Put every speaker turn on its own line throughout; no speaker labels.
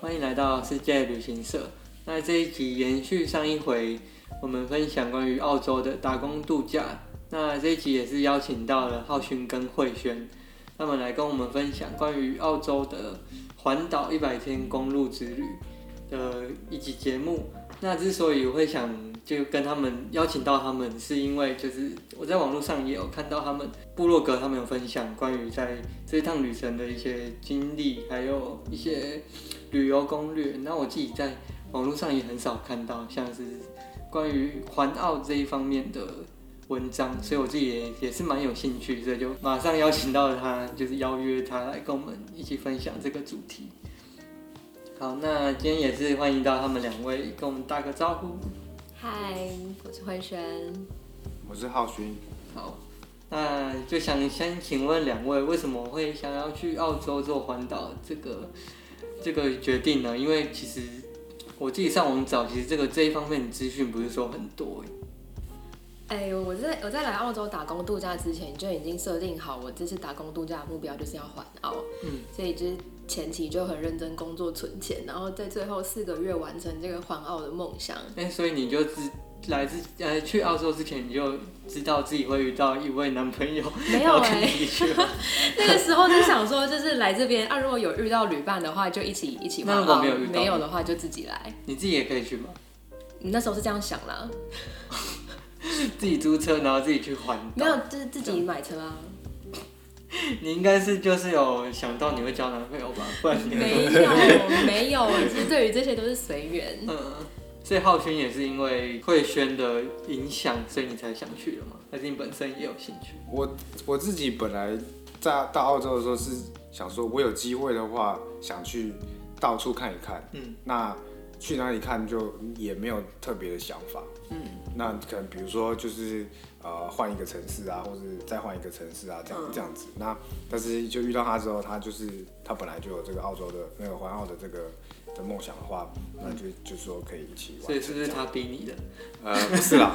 欢迎来到世界旅行社。那这一集延续上一回，我们分享关于澳洲的打工度假。那这一集也是邀请到了浩勋跟慧轩，他们来跟我们分享关于澳洲的环岛一百天公路之旅的一集节目。那之所以我会想就跟他们邀请到他们，是因为就是我在网络上也有看到他们部落格，他们有分享关于在这一趟旅程的一些经历，还有一些旅游攻略。那我自己在网络上也很少看到像是关于环澳这一方面的文章，所以我自己也也是蛮有兴趣，所以就马上邀请到了他，就是邀约他来跟我们一起分享这个主题。好，那今天也是欢迎到他们两位跟我们打个招呼。
嗨，我是慧轩。
我是浩勋，
好，那就想先请问两位，为什么会想要去澳洲做环岛这个这个决定呢？因为其实我自己上网找，其实这个这一方面的资讯不是说很多。
哎、我在我在来澳洲打工度假之前，就已经设定好我这次打工度假的目标就是要环澳，
嗯，
所以就是前期就很认真工作存钱，然后在最后四个月完成这个环澳的梦想。
哎、所以你就知来自呃去澳洲之前，你就知道自己会遇到一位男朋 友， 然
没有
后跟
哎、
你一起 去。
那个时候就想说，就是来这边啊，如果有遇到旅伴的话，就一起一起环
那如
澳；
果没有遇到
没有的话，就自己来。
你自己也可以去嘛，
你那时候是这样想啦，
自己租车，然后自己去环
没有
岛。，
就是自己买车啊。
你应该是就是有想到你会交男朋友吧，不然你会
没有，没有，其实对于这些都是随缘。
嗯，所以浩轩也是因为慧轩的影响，所以你才想去的吗？还是你本身也有兴趣？
我我自己本来在到澳洲的时候是想说，我有机会的话想去到处看一看。
嗯，
那去哪里看就也没有特别的想法。
嗯，
那可能比如说就是呃换一个城市啊，或者再换一个城市啊，
嗯
这样、这样子。那但是就遇到他之后，他就是他本来就有这个澳洲的那个环澳的这个的梦想的话，那就就说可以一起玩。
所以是不是他逼你的？
呃，不是啦，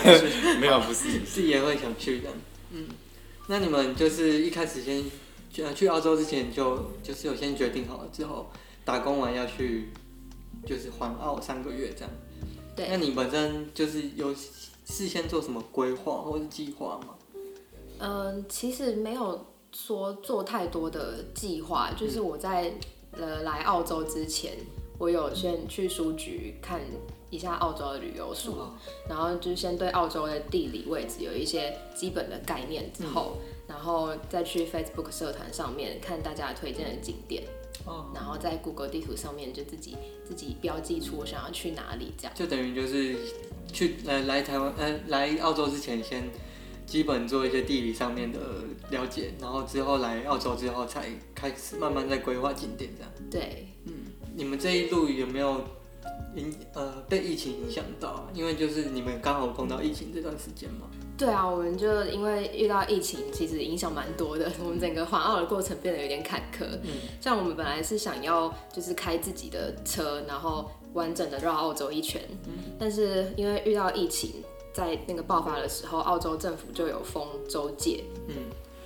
没有不是。
自己也会想去的。嗯，那你们就是一开始先呃去澳洲之前就就是有先决定好了之后，打工完要去就是环澳三个月这样。
对
那你本身就是有事先做什么规划或是计划吗？
嗯，其实没有说做太多的计划，就是我在、呃来澳洲之前，我有先去书局看一下澳洲的旅游书，
哦
然后就是先对澳洲的地理位置有一些基本的概念之后，然后再去 Facebook 社团上面看大家推荐的景点，
哦，
然后在 Google 地图上面就自己自己标记出我想要去哪里这样。
就等于就是去呃来台湾呃来澳洲之前，先基本做一些地理上面的了解，然后之后来澳洲之后才开始慢慢在规划景点这样。
对，
嗯，你们这一路有没有影呃被疫情影响到啊？因为就是你们刚好碰到疫情这段时间嘛。
对啊，我们就因为遇到疫情，其实影响蛮多的。 我们整个环澳的过程变得有点坎坷。
嗯
像我们本来是想要就是开自己的车，然后完整的绕澳洲一圈，但是因为遇到疫情，在那个爆发的时候，澳洲政府就有封州界，
嗯，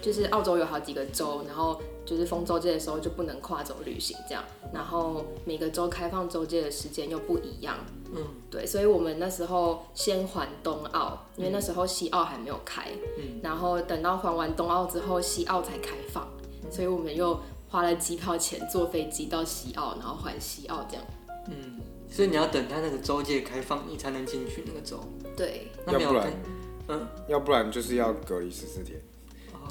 就是澳洲有好几个州，然后就是封州界的时候就不能跨州旅行这样，然后每个州开放州界的时间又不一样，
嗯，
对，所以我们那时候先环东澳，因为那时候西澳还没有开，
嗯，
然后等到环完东澳之后，西澳才开放，所以我们又花了机票钱坐飞机到西澳，然后环西澳这样，
嗯，所以你要等他那个州界开放，你才能进去那个州。
对，
那没有
要不然
跟嗯，
要不然就是要隔离十四天。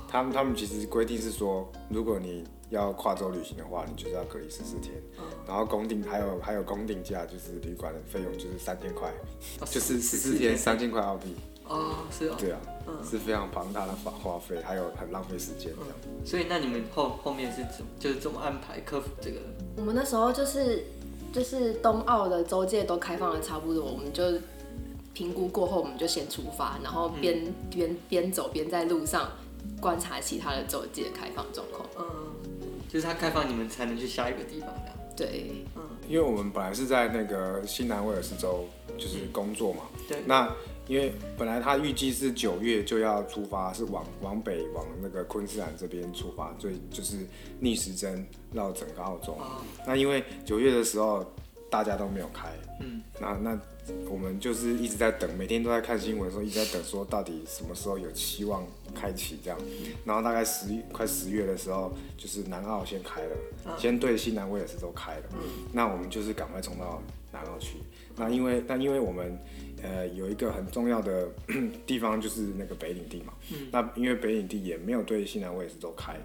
他们他们其实规定是说，如果你要跨州旅行的话，你就是要隔离十四天，然后公定还有还有公定价，就是旅馆的费用就是三千块，就是哦十四天三千块澳币，
哦，是哦。
对啊，是非常庞大的花花费，还有很浪费时间这样。
所以那你们后后面是怎么就是怎么安排克服这个？
我们那时候就是就是冬奥的州界都开放的差不多，我们就评估过后，我们就先出发，然后边边边走边在路上观察其他的州界的开放状况。
嗯，就是它开放你们才能去下一个地方这样。
对，
因为我们本来是在那个新南威尔士州就是工作嘛，
对
那因为本来他预计是九月就要出发，是往往北往那个昆士兰这边出发，所以就是逆时针绕整个澳洲。
哦
那因为九月的时候大家都没有开，
嗯，
那那我们就是一直在等，每天都在看新闻，说一直在等，说到底什么时候有期望开启这样。
嗯
然后大概十快十月的时候，就是南澳先开了，
嗯
先对新南威尔士都开了，那我们就是赶快冲到南澳去。那因为那因为我们呃有一个很重要的 地方就是那个北领地嘛，那因为北领地也没有对西南威尔士都开，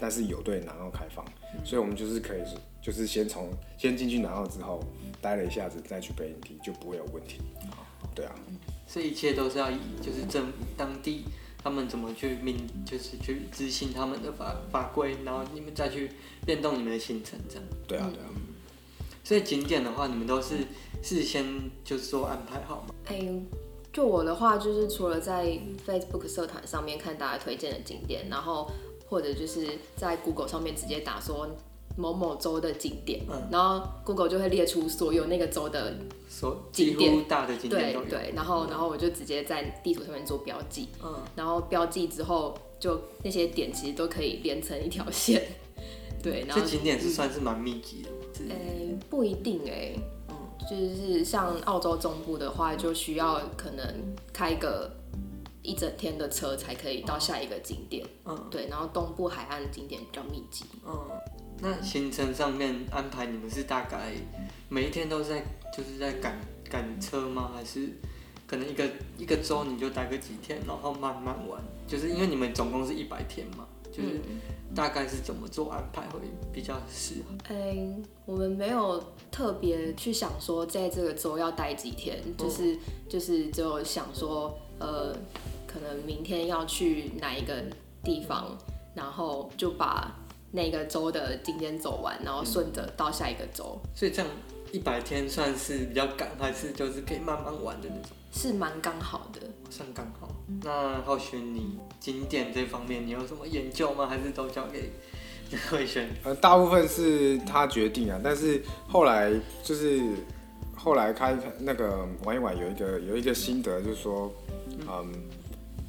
但是有对南澳开放，所以我们就是可以是就是先从先进去南澳之后待了一下子，再去北领地就不会有问题。对啊，
所以一切都是要以就是政府当地他们怎么去命，就是去执行他们的法法规，然后你们再去变动你们的行程这样。
对啊，对啊。
所以景点的话，你们都是事先就是说安排好嘛？
哎、就我的话，就是除了在 Facebook 社团上面看大家推荐的景点，然后或者就是在 Google 上面直接打说某某州的景点，
嗯
然后 Google 就会列出所有那个州的
所几
景点
乎大的景点
对
都有。
对，然后然后我就直接在地图上面做标记，
嗯，
然后标记之后就那些点其实都可以连成一条线， 对，然后
这景点是算是蛮密集的。
呃、不一定哎、就是像澳洲中部的话，就需要可能开个一整天的车才可以到下一个景点。
嗯
对，然后东部海岸景点比较密集。
嗯，那行程上面安排，你们是大概每一天都在就是在赶赶车吗？还是可能一个一个周你就待个几天，然后慢慢玩？就是因为你们总共是一百天嘛，就是
嗯
大概是怎么做安排会比较适合？
嗯，我们没有特别去想说在这个州要待几天，
嗯
就是就是只有想说，呃，可能明天要去哪一个地方，然后就把那个州的景点走完，然后顺着到下一个州。
所以这样一百天算是比较赶，还是就是可以慢慢玩的那种，
是蛮刚好的。
算刚好。那浩轩，你景点这方面你有什么研究吗？还是都交给慧轩？
呃，大部分是他决定啊，但是后来就是后来开那个玩一玩有一个有一个心得，就是说，嗯，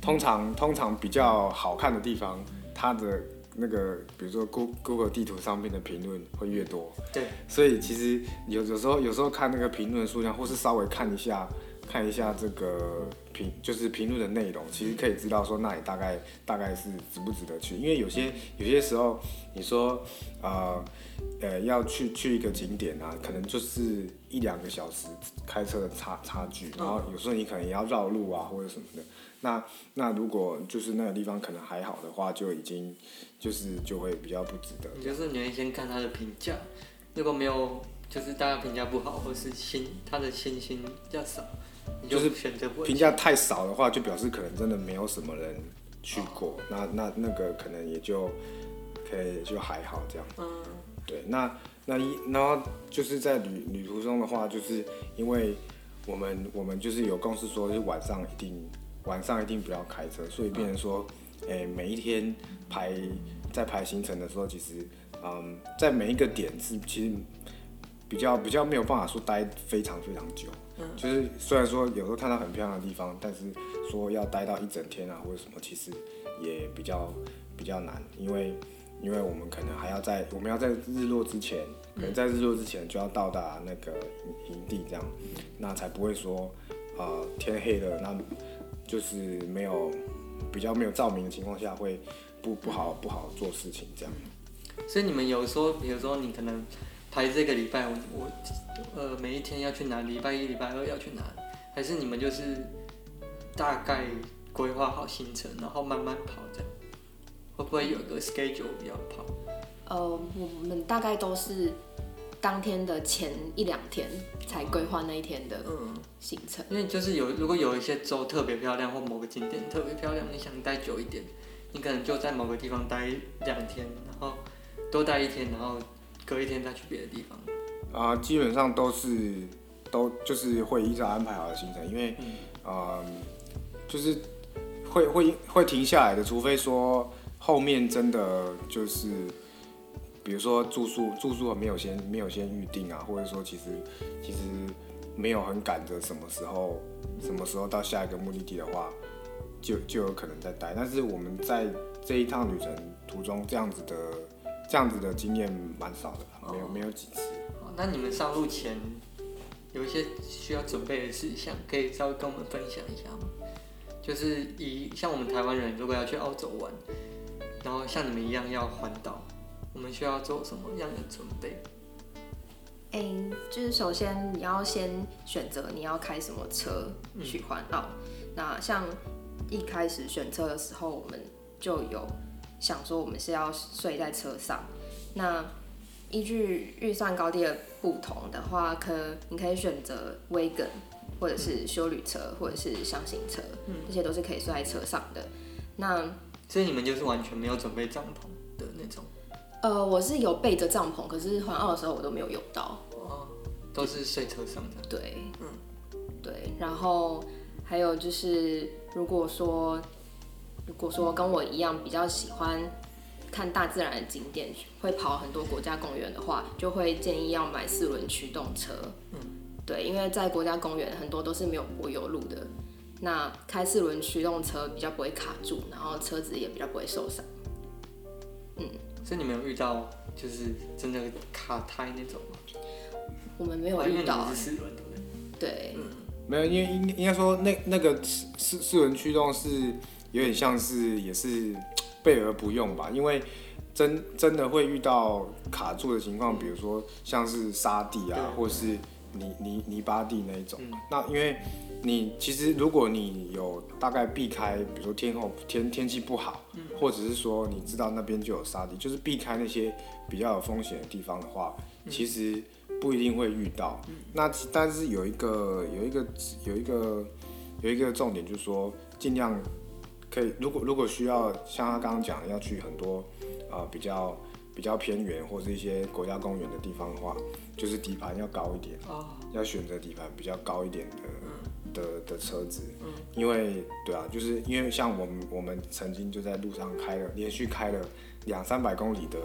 通常通常比较好看的地方，它的那个比如说 Goo- Google 地图上面的评论会越多，
对，
所以其实有有时候有时候看那个评论数量，或是稍微看一下看一下这个评就是评论的内容，其实可以知道说那里大概大概是值不值得去，因为有些有些时候你说呃呃要去去一个景点啊，可能就是一两个小时开车的差差距，然后有时候你可能也要绕路啊或者什么的。那那如果就是那个地方可能还好的话，就已经就是就会比较不值得。
你就是你会先看他的评价，如果没有就是大家评价不好，或是星他的星星比较少，你就
就是
选择不会去
评价太少的话，就表示可能真的没有什么人去过，那那那个可能也就可以就还好这样。
嗯
对，那那一然后就是在旅旅途中的话，就是因为我们我们就是有共识说，就是晚上一定晚上一定不要开车，所以变成说，诶、每一天排在排行程的时候，其实嗯，在每一个点是其实比较比较没有办法说待非常非常久。就是虽然说有时候看到很漂亮的地方，但是说要待到一整天啊或者什么，其实也比较比较难，因为因为我们可能还要在我们要在日落之前，可能在日落之前就要到达那个营营地这样，那才不会说呃天黑了，那就是没有比较没有照明的情况下会不不好不好做事情这样。
所以你们有说，比如说你可能排这个礼拜，我我呃每一天要去哪，礼拜一、礼拜二要去哪，还是你们就是大概规划好行程，然后慢慢跑这样，会不会有个 schedule 比较跑？
呃，我们大概都是当天的前一两天才规划那一天的
嗯，
行程。
因为就是有，如果有一些州特别漂亮，或某个景点特别漂亮，你想待久一点，你可能就在某个地方待两天，然后多待一天，然后隔一天再去别的地方。
啊、基本上都是都就是会依照安排好的行程，因为，呃，就是会会会停下来的，除非说后面真的就是，比如说住宿住宿没有先没有先预定啊，或者说其实其实没有很赶着什么时候什么时候到下一个目的地的话，就就有可能再待。但是我们在这一趟旅程途中这样子的这样子的经验蛮少的啦，没有没有几次。
好，那你们上路前有一些需要准备的事项，可以稍微跟我们分享一下吗？就是以像我们台湾人如果要去澳洲玩，然后像你们一样要环岛，我们需要做什么样的准备？
哎、就是首先你要先选择你要开什么车去环澳。那像一开始选车的时候，我们就有想说我们是要睡在车上。那依据预算高低的不同的话，可你可以选择 wagon，或者是修旅车，或者是箱型车，这些都是可以睡在车上的。那
所以你们就是完全没有准备帐篷的那种，
呃，我是有备着帐篷，可是环澳的时候我都没有用到。
都是睡车上的。
对，
嗯
对，然后还有就是，如果说如果说跟我一样比较喜欢看大自然的景点，会跑很多国家公园的话，就会建议要买四轮驱动车。
嗯
对，因为在国家公园很多都是没有柏油路的，那开四轮驱动车比较不会卡住，然后车子也比较不会受伤。
所以你们有遇到就是真的卡胎那种吗？
我们没有
哦因为
遇
你们
到，
是
嗯
四轮，对不对？
对，
没有，因为应应该说那那个四四四轮驱动是有点像是也是备而不用吧，因为真真的会遇到卡住的情况，比如说像是沙地啊，
对
或是泥泥泥巴地那一种。
嗯
那因为你其实如果你有大概避开，比如说天后天天气不好，
嗯
或者是说你知道那边就有沙地，就是避开那些比较有风险的地方的话，
嗯
其实不一定会遇到。那其但是有一个有一个有一个有一个重点就是说，尽量可以，如果如果需要，像他刚刚讲的要去很多呃比较比较偏远或是一些国家公园的地方的话，就是底盘要高一点。
哦，
要选择底盘比较高一点的、的的车子，
嗯
因为对啊，就是因为像我们我们曾经就在路上开了连续开了两三百公里的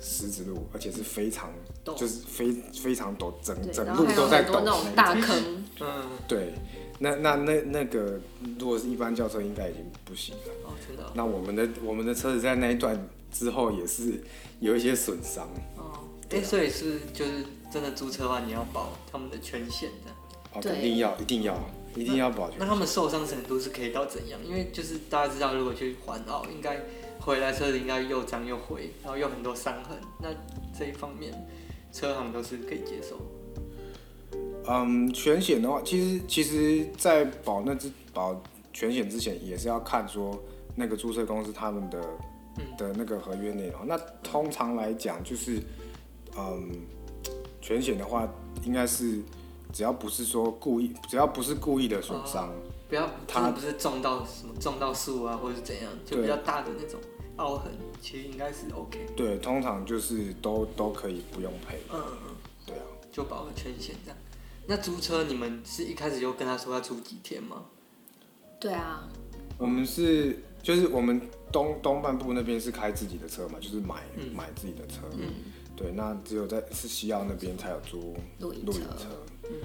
石子路，而且是非常
陡
就是非非常陡，整
对，
整
然后
路
还有
都在
很
陡
多
的
那
那
种
种
大坑。
嗯，
对，那那那那个如果是一般轿车应该已经不行了，
哦，真的哦，
那我们的我们的车子在那一段之后也是有一些损伤。
哦，哎、所
啊
以是就是真的租车的话，你要保他们的权限的。
哦，
对
肯定要，一定要，一定要保全
那。他们受伤程度是可以到怎样？因为就是大家知道，如果去环澳，应该回来车子应该又脏又灰，然后又很多伤痕。那这一方面，车行都是可以接受。
嗯，全险的话，其实其实，在保那只保全险之前，也是要看说那个注册公司他们的、
嗯
的那个合约内容。那通常来讲，就是嗯，全险的话，应该是只要不是说故意，只要不是故意的损
哦
伤，
不要，
他
他不是撞到什么撞到树啊，或者是怎样，就比较大的那种凹痕，其实应该是 OK。
对，通常就是都都可以不用赔。
嗯嗯嗯，
对啊，
就保个全险这样。那租车你们是一开始就跟他说要租几天吗？
对啊，
我们是就是我们东东半部那边是开自己的车嘛，就是买、
嗯
买自己的车。对，那只有在是西澳那边才有租
露营
露
车
营车。
嗯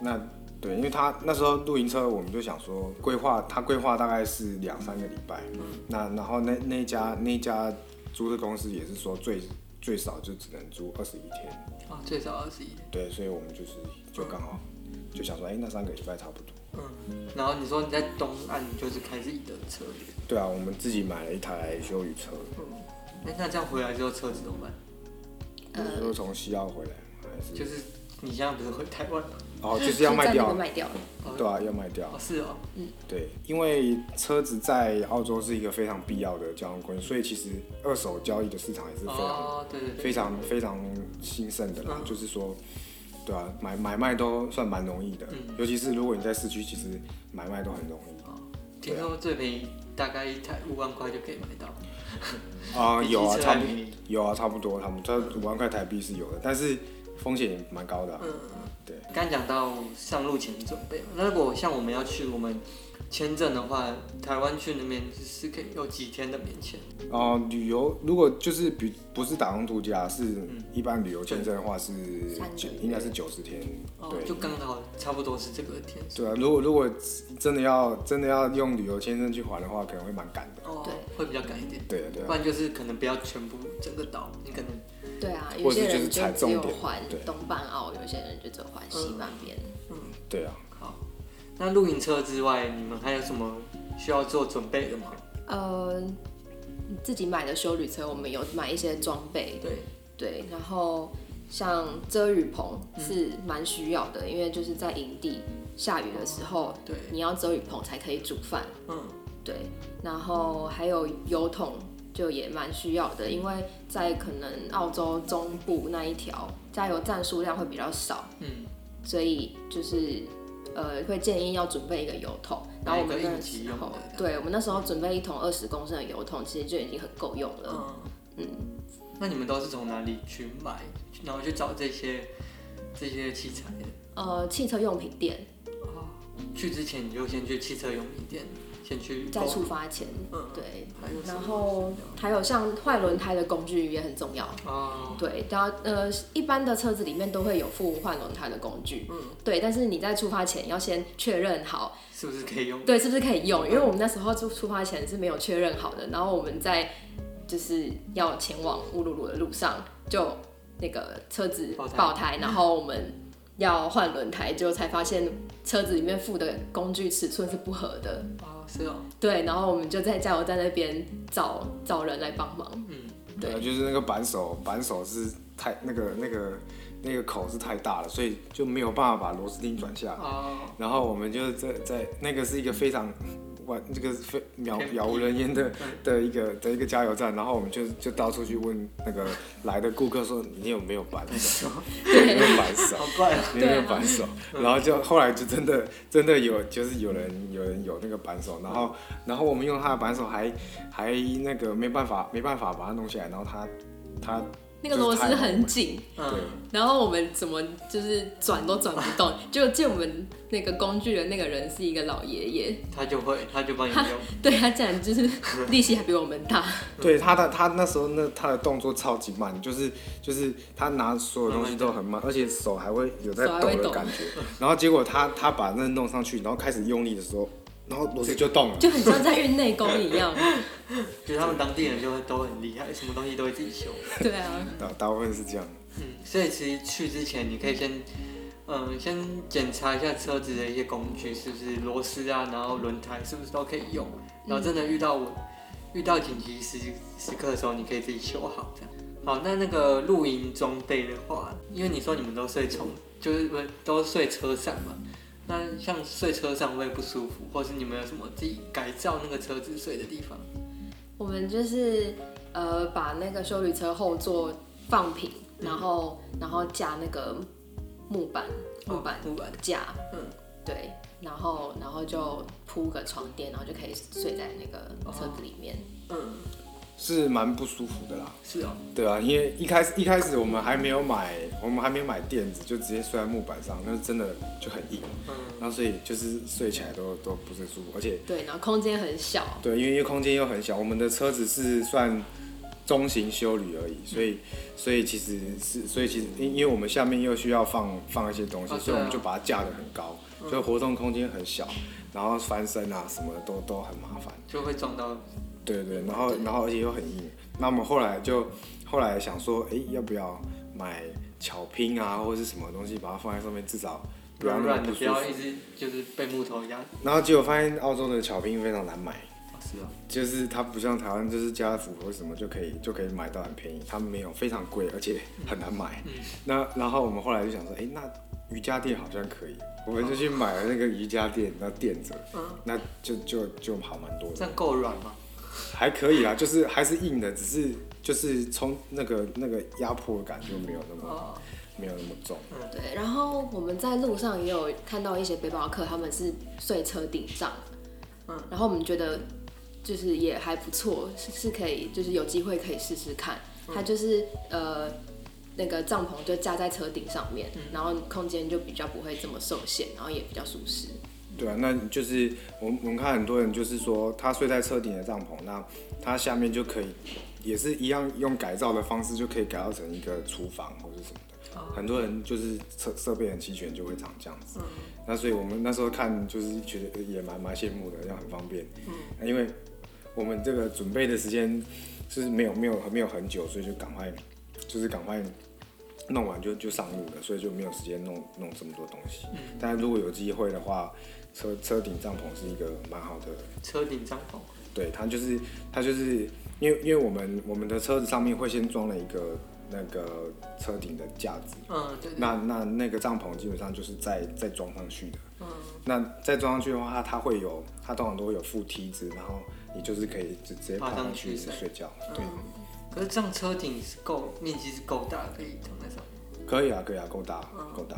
那对，因为他那时候露营车，我们就想说规划，他规划大概是两三个礼拜。
嗯
那然后那那一家那一家租的公司也是说最最少就只能租二十一天。
哦，最少二十一。
对，所以我们就是就刚好就想说，哎、那三个礼拜差不多。
嗯，然后你说你在东岸就是开自己的车，
对啊，我们自己买了一台休旅车，
那那这样回来之后车子怎么办？
呃，
就是从西澳回来还是
就是你现在不是回台湾了？
哦，就是要卖
在那
掉
边，卖掉了。
哦
对啊，要卖掉
哦，。是哦，
对，因为车子在澳洲是一个非常必要的交通工具，所以其实二手交易的市场也是非常、
哦，对对对，
非常、非常兴盛的啦。
嗯
就是说，对啊，买买卖都算蛮容易的，
嗯
尤其是如果你在市区，其实买卖都很容易。
听说最便宜大概一台五万块就可以买到，嗯
啊、
比机
有啊，
车
差
还
不
便宜。
有啊，差不多，他们这五万块台币是有的，但是风险也蛮高的啊、
嗯，
对。
刚讲到上路前准备嘛，那如果像我们要去我们签证的话，台湾去那边是可以有几天的免签？
哦、旅游如果就是比不是打工度假，是一般旅游签证的话是
三个
九
月
应该是九十天，
哦
对，
就刚
嗯
好差不多是这个天数。
对啊，如果如果真的要真的要用旅游签证去还的话，可能会蛮赶的。
哦，
对，
会比较赶一点。
对啊，对
不
啊，
然就是可能不要全部整个岛，你可能
对啊，有
或者
些
是就是
人
踩
只有
重点
环
对嗯
东半澳，有些人就只有环西半边。
对啊。
好。那露营车之外，你们还有什么需要做准备的吗？
呃，自己买的修旅车，我们有买一些装备，
对，
对，然后像遮雨棚是蛮需要的，因为就是在营地下雨的时候，
对
你要遮雨棚才可以煮饭，
嗯，
对，然后还有油桶就也蛮需要的，因为在可能澳洲中部那一条加油站数量会比较少，
嗯，
所以就是呃会建议要准备一个油桶，然后我们
买一个
那
应急
时
用的
候对我们那时候准备一桶二十公升的油桶，其实就已经很够用了。
嗯，那你们都是从哪里去买，然后去找这些这些器材的？
呃，汽车用品店
去之前你就先去汽车用品店，先去
在
购
出发前，
嗯
对，
还有什
然
么
后还有像换轮胎的工具也很重要。
哦，
对，然后呃，一般的车子里面都会有附换轮胎的工具，
嗯
对。但是你在出发前要先确认好，
是不是可以用？
对，是不是可以用？因为我们那时候出出发前是没有确认好的，然后我们在就是要前往乌鲁鲁的路上，就那个车子
爆胎
爆胎，然后我们要换轮胎，结果才发现车子里面附的工具尺寸是不合的，
哦，是哦，
对。然后我们就在加油站那边找找人来帮忙，
嗯，
对
对啊，就是那个扳手，扳手是太那个那个那个口是太大了，所以就没有办法把螺丝钉转下来。
哦，
然后我们就在在那个是一个非常完这个非渺
偏僻
渺无人烟的
嗯
的一个的一个加油站，然后我们就就到处去问那个来的顾客说你有没有扳 手，
哦
你有没有扳手，
好怪哦，
你有没有扳手，然后就后来就真的真的有就是有人有人有那个扳手，然后然后我们用他的扳手还还那个没办法没办法把它弄下来，然后他他
那个螺丝很紧，
嗯，
然后我们怎么就是转都转不 动，就借我们那个工具的那个人是一个老爷爷，
他就会，他就帮你用，
对他竟然就是 力气还比我们大，
对他的他那时候那他的动作超级慢，就是就是他拿所有东西都很慢，而且手还会有在
手还
抖
会
的
抖
感觉。然后结果他他把那弄上去，然后开始用力的时候，然后螺丝就动了。
就很像在运内功一 样。
就是他们当地人就会都很厉害，什么东西都会自己修。
对啊，
大大部分是这样。
嗯，所以其实去之前，你可以先，嗯、先检查一下车子的一些工具是不是螺丝啊，然后轮胎是不是都可以用，然后真的遇到我、遇到紧急时时刻的时候，你可以自己修好这样。好，那那个露营装备的话，因为你说你们都睡床，就是不是都睡车上嘛，那像睡车上会不舒服，或是你们有什么自己改造那个车子睡的地方？
我们就是呃把那个修理车后座放平，然后然后架那个木板木板
哦木板，
架，
嗯，
对，然后然后就铺个床垫，然后就可以睡在那个
哦
车子里面。
嗯，
是蛮不舒服的啦，
是哦，
对啊，因为一开始一开始我们还没有买，我们还没有买垫子，就直接睡在木板上，那真的就很硬，
嗯，
然后所以就是睡起来都都不是很舒服，而且
对，然后空间很小，
对，因为因为空间又很小，我们的车子是算中型修旅而已，所以所以其实是所以其实因因为我们下面又需要放放一些东西，
啊对啊嗯
所以我们就把它架得很高，所以活动空间很小，然后翻身啊什么的都都很麻烦。
就会撞到，
对对，然后然后而且又很硬。那我们后来就后来想说，哎，要不要买巧拼啊，或者是什么东西把它放在上面，至少不要
软
那
软的，
么不
不
舒服
要。一直就是被木头压
然后结果发现澳洲的巧拼非常难买。
哦是哦，
就是它不像台湾，就是家乐福或什么就可以就可以买到很便宜，它没有非常贵，而且很难买。
嗯
那然后我们后来就想说，哎、那瑜伽垫好像可以，我们就去买了那个瑜伽垫，那垫着，那就就就好蛮多
嗯这
的，
样够软吗？
还可以啦，啊就是还是硬的，只是就是冲那个那个压迫感就没有那么、
哦，
没有那么重。
对，然后我们在路上也有看到一些背包客，他们是睡车顶上，
嗯，
然后我们觉得就是也还不错，是是可以，就是有机会可以试试看。它就是呃那个帐篷就架在车顶上面，然后空间就比较不会这么受限，然后也比较舒适。
嗯，
对啊，那就是我们我们看很多人就是说，他睡在车顶的帐篷，那他下面就可以也是一样用改造的方式就可以改造成一个厨房或者什么的。很多人就是设设备很齐全，就会长这样子。那所以我们那时候看就是觉得也蛮蛮羡慕的，这样很方便。那因为我们这个准备的时间就是没有没有没有很久，所以就赶快就是赶快弄完就就上路了，所以就没有时间弄弄这么多东西。但如果有机会的话，车车顶帐篷是一个蛮好的，
车顶帐篷，
对，它就是它就是因为因为我们我们的车子上面会先装了一个那个车顶的架子，
嗯，对对，
那那那个帐篷基本上就是再再装上去的。
嗯
那再装上去的话，它它会有，它通常都会有附梯子，然后你就是可以直直接
爬
爬
上
上
去
去
睡嗯
睡觉。对，
可是这样车顶是够面积是够大，可以躺在上面。
可以啊，可以啊，够大，
嗯
够大。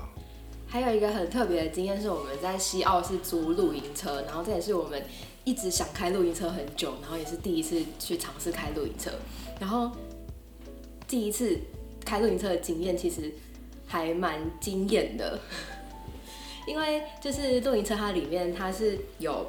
还有一个很特别的经验是，我们在西澳是租露营车，然后这也是我们一直想开露营车很久，然后也是第一次去尝试开露营车。然后第一次开露营车的经验其实还蛮惊艳的， 因为就是露营车它里面它是有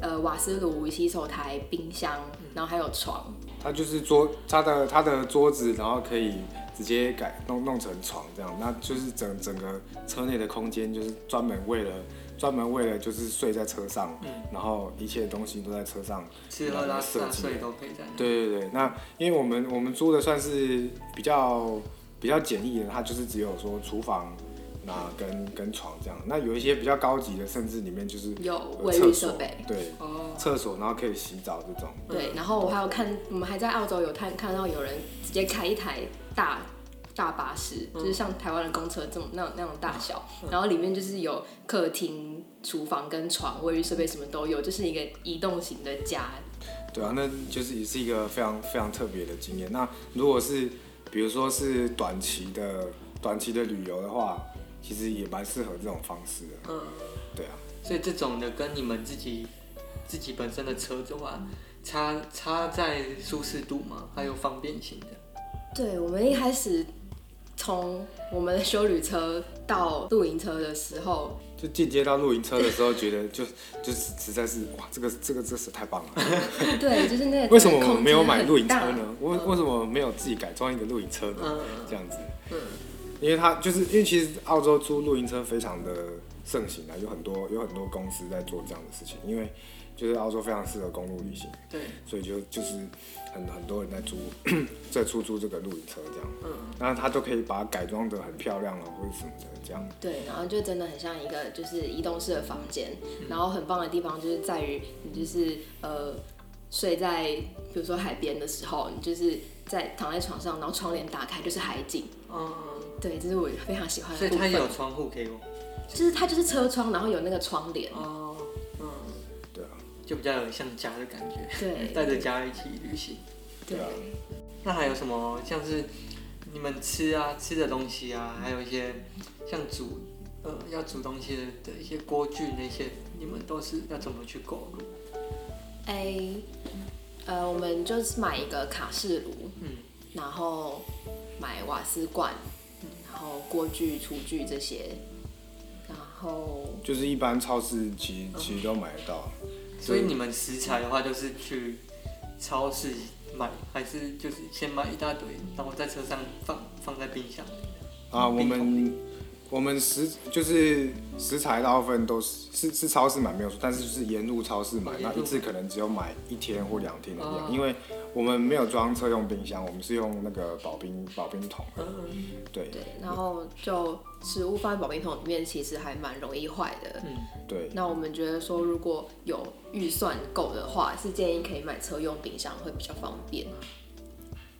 呃瓦斯炉、洗手台、冰箱，然后还有床，
它就是桌，它的它的桌子，然后可以直接改弄弄成床这样，那就是整整个车内的空间就是专门为了专门为了就是睡在车上，然后一切东西都在车上。
吃喝拉撒
设计
睡都可以在那。
对对对，那因为我们我们租的算是比较比较简易的，它就是只有说厨房。那跟跟床这样，那有一些比较高级的，甚至里面就是
有
呃
卫
厕
浴设
所，
备。
对，
哦，
厕所，然后可以洗澡这种。
对，然后我还有看，我们还在澳洲有看看到有人直接开一台大大巴士，
嗯
就是像台湾的公车这种那种那种大小，然后里面就是有客厅、厨房跟床、卫浴设备什么都有，就是一个移动型的家。
对啊，那就是也是一个非常非常特别的经验。那如果是比如说是短期的短期的旅游的话，其实也蛮适合这种方式的。
嗯，
对啊，
所以这种的跟你们自己自己本身的车的话，差差在舒适度嘛，还有方便性的。
对，我们一开始从我们的修旅车到露营车的时候，
就进阶到露营车的时候，觉得就就是实在是哇，这个这个真是太棒了。
对，就是那个
为什么我
空
们没有
间
买
很
露营车
大
呢？为为什么没有自己改装一个露营车呢？
嗯
这样子，
嗯，
因为它就是因为其实澳洲租露营车非常的盛行啊，有很多有很多公司在做这样的事情，因为就是澳洲非常适合公路旅行。
对，
所以就就是很很多人在租 在出租这个露营车这样，
嗯，
那他都可以把它改装的很漂亮啊，或者什么的这样。
对，然后就真的很像一个就是移动式的房间，
嗯
然后很棒的地方就是在于你就是呃睡在比如说海边的时候，你就是在躺在床上，然后窗帘打开就是海景，
嗯，
对，这是我非常喜欢
所
的
以
部
它
分。
有窗户可以用。
就是它就是车窗，然后有那个窗帘，
哦，嗯，
对啊，
就比较有像家的感觉，
对
带着家一起旅行。
对
对啊
那还有什么像是你们吃啊吃的东西啊，还有一些像煮呃要煮东西的一些锅具那些，你们都是要怎么去购入？
哎、呃，我们就是买一个卡式炉，
嗯，
然后买瓦斯罐，
嗯
然后锅具、厨具这些，然后
就是一般超市其
嗯
实其实都买得到，
所以你们食材的话，就是去超市买，还是就是先买一大堆，然后在车上放放在冰箱里？
啊，我
嗯冰桶
们我们食就是食材大部分都是是是超市买没有错，但是就是沿路超市买
哦，沿
那
路
一次可能只有买一天或两天的
哦
量，因为我们没有装车用冰箱，我们是用那个保冰保冰桶，
嗯
对
对，然后就食物放在保冰桶里面，其实还蛮容易坏的。
嗯，
对
那我们觉得说，如果有预算够的话，是建议可以买车用冰箱，会比较方
嗯
便。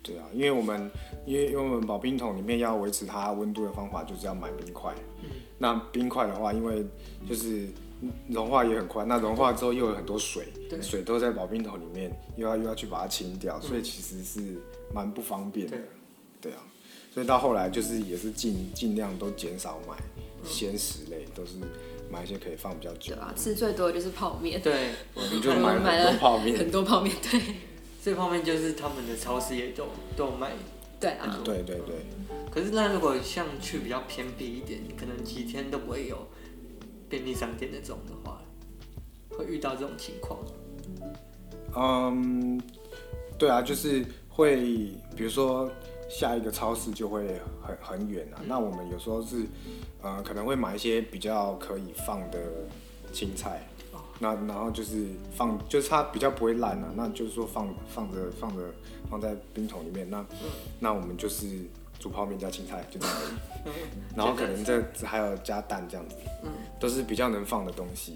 对啊，因为我们因为因为我们保冰桶里面要维持它温度的方法就是要买冰块。
嗯
那冰块的话，因为就是融化也很快，那融化之后又有很多水
对，
水都在保冰桶里面，又要又要去把它清掉，
嗯
所以其实是蛮不方便的
对。
对啊，所以到后来就是也是尽尽量都减少买鲜食类，都是买一些可以放比较
嗯
久
对。吧？吃最多的就是泡面，
对，
我们就
我
买
们
了
买
很
了
多泡面，
很多泡面，对
这方面就是他们的超市也都都有卖。
对啊，
对对对。
可是那如果像去比较偏僻一点，可能几天都不会有便利商店那种的话，会遇到这种情况？
嗯，对啊，就是会，比如说下一个超市就会很很远啊。那我们有时候是，呃，可能会买一些比较可以放的青菜，那然后就是放，就是它比较不会烂啊。那就是说放放着放着放在冰桶里面，那、那我们就是煮泡面加青菜就这样而已。然后可能这还有加蛋这样子，都是比较能放的东西。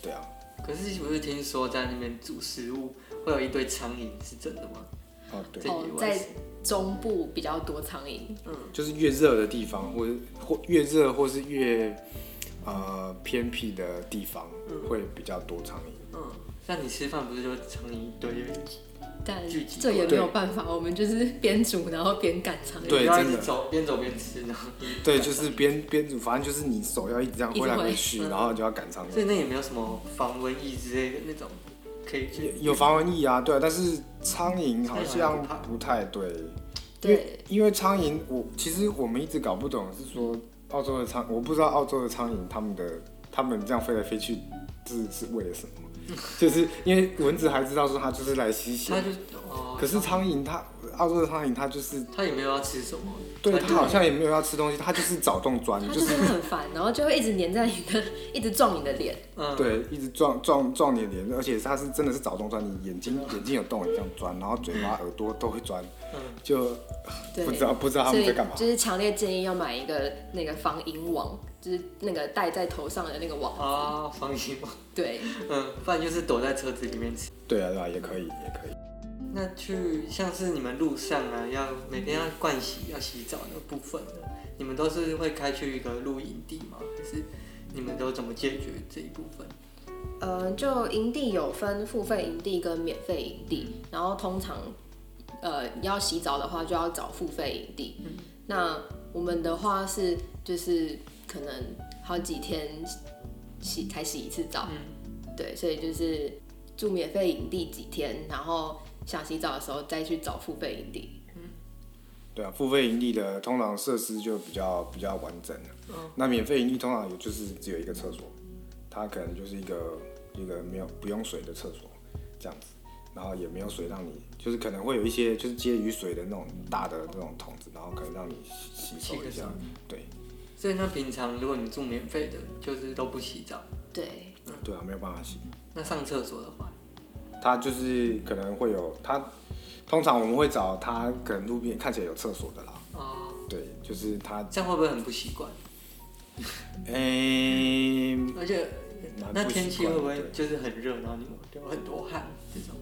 对啊。
可是不是听说在那边煮食物会有一堆苍蝇，是真的吗？
哦，对，
这
哦
以，外
在
是
中部比较多苍蝇，
就是越热的地方，或者或越热或是越呃偏僻的地方，会比较多苍蝇。
嗯，那你吃饭不是就苍蝇一堆，
但
聚集
这也没
对
有办法，我们就是边煮然后边赶苍蝇。
对
你要一
真
直
的
走，边走边吃，然后
对，就是边边煮，反正就是你手要一直这样
一直
挥来
挥
挥去，
嗯
然后就要赶苍
所
蝇。
以那也没有什么防蚊液之类的那种可以去。
有防蚊液啊，对啊，但是苍蝇好
苍
像
蝇好像
不太对，因为
对，
因为苍蝇，我其实我们一直搞不懂是说澳洲的苍，我不知道澳洲的苍蝇它们的它们这样飞来飞去是是为了什么，就是因为蚊子还知道说它就是来吸血
它，就哦，
可是苍蝇它澳洲的苍蝇它就是
它也没有要吃什么，
对
它
他好像也没有要吃东西，他就是找洞钻，
它
就
就是是很烦，然后就会一直粘在你的，一直撞你的脸。
嗯，
对，一直撞撞撞你的脸，而且他是真的是找洞钻，你眼睛眼睛有洞，你这样钻，然后嘴巴、耳朵都会钻，就
嗯对，
不知道不知道他
所
们
以
在干嘛。
就是强烈建议要买一个那个防蝇网，就是那个戴在头上的那个网。
啊，防蝇嘛，
对，
嗯，不然就是躲在车子里面吃。
对啊对啊，也可以也可以。
那去像是你们路上啊，要每天要盥洗、要洗澡的部分呢，你们都是会开去一个露营地吗？还是你们都怎么解决这一部分？
呃，就营地有分付费营地跟免费营地，然后通常呃要洗澡的话就要找付费营地。那我们的话是就是可能好几天洗才洗一次
哦
澡，对，所以就是住免费营地几天，然后想洗澡的时候再去找付费营地。
对啊，付费盈利的通常设施就比较比较完整了。
嗯
那免费盈利通常也就是只有一个厕所，它可能就是一个一个没有不用水的厕所这样子，然后也没有水让你，就是可能会有一些就是接雨水的那种大的那种桶子，然后可能让你洗洗手一
洗
下
个手。
对
所以那平常如果你住免费的，就是都不洗澡，
对，
对啊，没有办法洗。
那上厕所的话，
它就是可能会有它，通常我们会找它可能路边看起来有厕所的啦。
哦、
对，就是它，
这样会不会很不习惯？
诶、
而且
蛮
那
不习
天气会不
惯的
会就是很热，然后你流很多汗这种？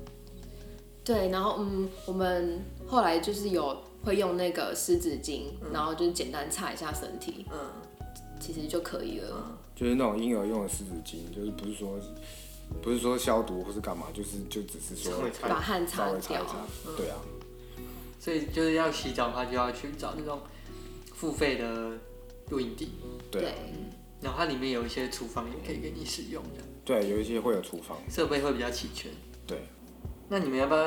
对，然后嗯，我们后来就是有会用那个湿纸巾，
嗯
然后就是简单擦一下身体，
嗯，
其实就可以了。
就是那种婴儿用的湿纸巾，就是不是说不是说消毒或是干嘛，就是就只是说
稍微擦
把汗擦
稍微擦一
掉
擦，对啊，
所以就是要洗澡的话，就要去找那种付费的露营地，
对啊
然后它里面有一些厨房也可以给你使用的，
对，有一些会有厨房，
设备会比较齐全。
对，
那你们要不要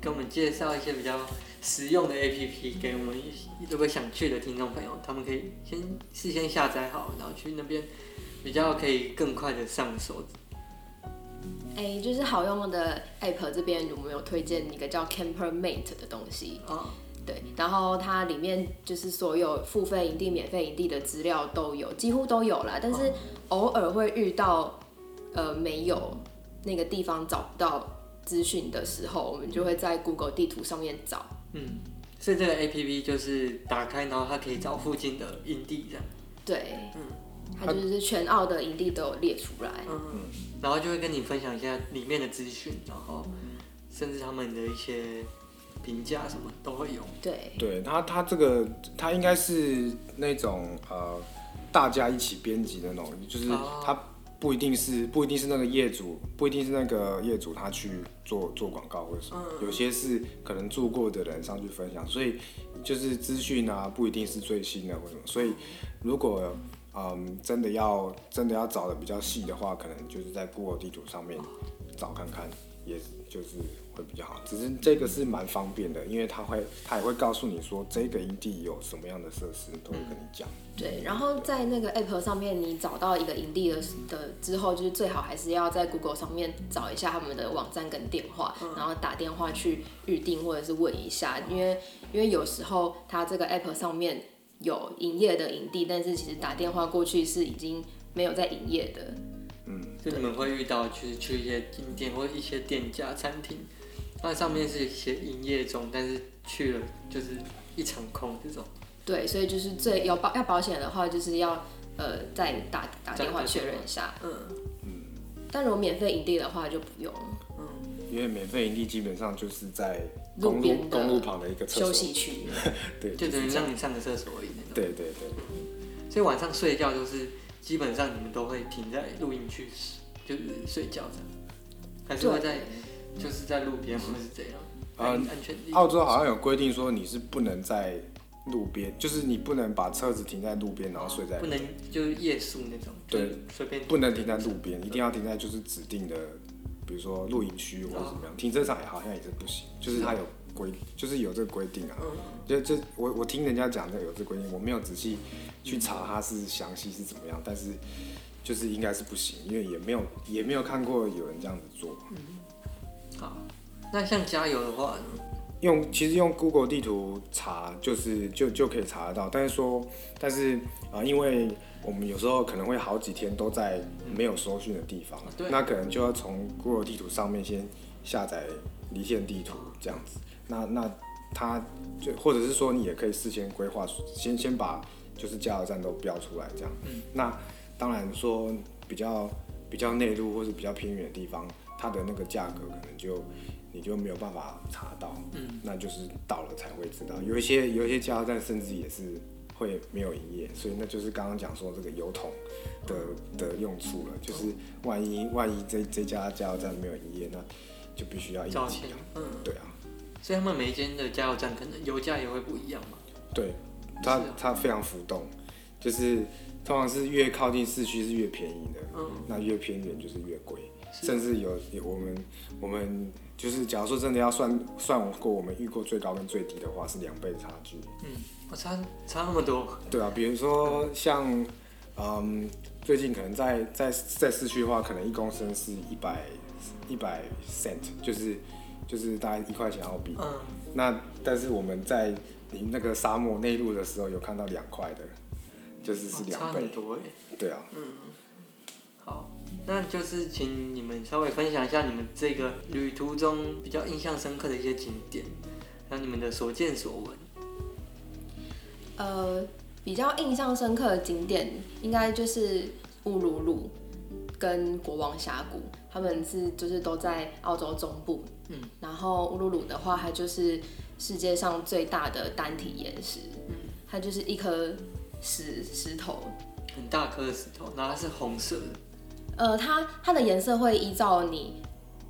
给我们介绍一些比较实用的 APP 给我们一些如果想去的听众朋友，他们可以先事先下载好，然后去那边比较可以更快的上手。
哎、就是好用的 app 这边我们有推荐一个叫 Camper Mate 的东西，
哦，
对，然后它里面就是所有付费营地、免费营地的资料都有，几乎都有啦，但是偶
哦
尔会遇到呃没有那个地方找不到资讯的时候，我们就会在 Google 地图上面找。
嗯，所以这个 APP 就是打开，然后它可以找附近的营地这样。
对，它就是全澳的营地都有列出来。
嗯，然后就会跟你分享一下里面的资讯，然后甚至他们的一些评价什么都会有。
对，
对，它它这个它应该是那种呃大家一起编辑的那种，就是
哦
它不一定是不一定是那个业主，不一定是那个业主他去做做广告或者什么，有些是可能做过的人上去分享，所以就是资讯啊不一定是最新的或什么，所以如果嗯真的要真的要找的比较细的话，可能就是在 Google 地图上面找看看，也就是会比较好。只是这个是蛮方便的，因为它会它也会告诉你说这个营地有什么样的设施，都会跟你讲。
对，然后在那个 app 上面，你找到一个营地的的之后，就是最好还是要在 Google 上面找一下他们的网站跟电话，
嗯
然后打电话去预定或者是问一下，因为因为有时候它这个 app 上面有营业的营地，但是其实打电话过去是已经没有在营业的。
就你们会遇到，就是去一些景点或一些店家、餐厅，那上面是写营业中，但是去了就是一场空这种。
对，所以就是最有保要保险的话，就是要呃再打
再
打电话
打电话
确认一下。嗯但如果免费营地的话就不用
因为免费营地基本上就是在
路
公路
边的
公路旁的一个厕
休
所，
息区。
对，
就等于
是这样
让你上个厕所而已那种。
对对对，
所以晚上睡觉就是基本上你们都会停在露营区，就是睡觉这样，还是会在就是在路边或是怎样？
啊
安安全地
澳洲好像有规定说你是不能在路边，就是你不能把车子停在路边，然后睡在
不能就是夜宿那种，
对，
随便
不能停在路边，一定要停在就是指定的，比如说露营区或者怎么样，停车场也好像也是不行，哦就是它有规，就是有这个规定啊。就这我我听人家讲的有这个规定，我没有仔细去查它是详细是怎么样，但是就是应该是不行，因为也没有也没有看过有人这样子做。
好。那像加油的话呢，
用其实用 Google 地图查，就是就就可以查得到。但是说，但是啊、呃因为我们有时候可能会好几天都在没有搜寻的地方，
对
那可能就要从 Google 地图上面先下载离线地图这样子。那那它就或者是说，你也可以事先规划，先先把就是加油站都标出来这样。那当然说比较比较内陆或是比较偏远的地方，它的那个价格可能就你就没有办法查到，嗯，那就是到了才会知道。有一些有一些加油站甚至也是会没有营业，所以那就是刚刚讲说这个油桶的的用处了，就是万一万一这这家加油站没有营业，那就必须要应
找
急
钱
啊，，
嗯，
对啊，
所以他们每一间的加油站可能油价也会不一样嘛。
对，它
是啊
它非常浮动，就是通常是越靠近市区是越便宜的，
嗯，
那越偏远就是越贵，
是
甚至有有我们我们就是假如说真的要算算过我们遇过最高跟最低的话是两倍差距。
嗯，我差差那么多，
对啊，比如说像嗯最近可能在在在市区的话，可能一公升是一百一百 cent，就是就是大概一块钱澳币。
嗯，
那但是我们在你那个沙漠内陆的时候有看到两块的，就是是
哦差
两倍
很。多哎。
对啊，
好，那就是请你们稍微分享一下你们这个旅途中比较印象深刻的一些景点，还有你们的所见所闻。
呃，比较印象深刻的景点应该就是乌鲁鲁跟国王峡谷，他们是就是都在澳洲中部。
嗯，
然后乌鲁鲁的话，它就是世界上最大的单体岩石，嗯，它就是一颗石石头，
很大颗的石头，然后它是红色的，
呃，它它的颜色会依照你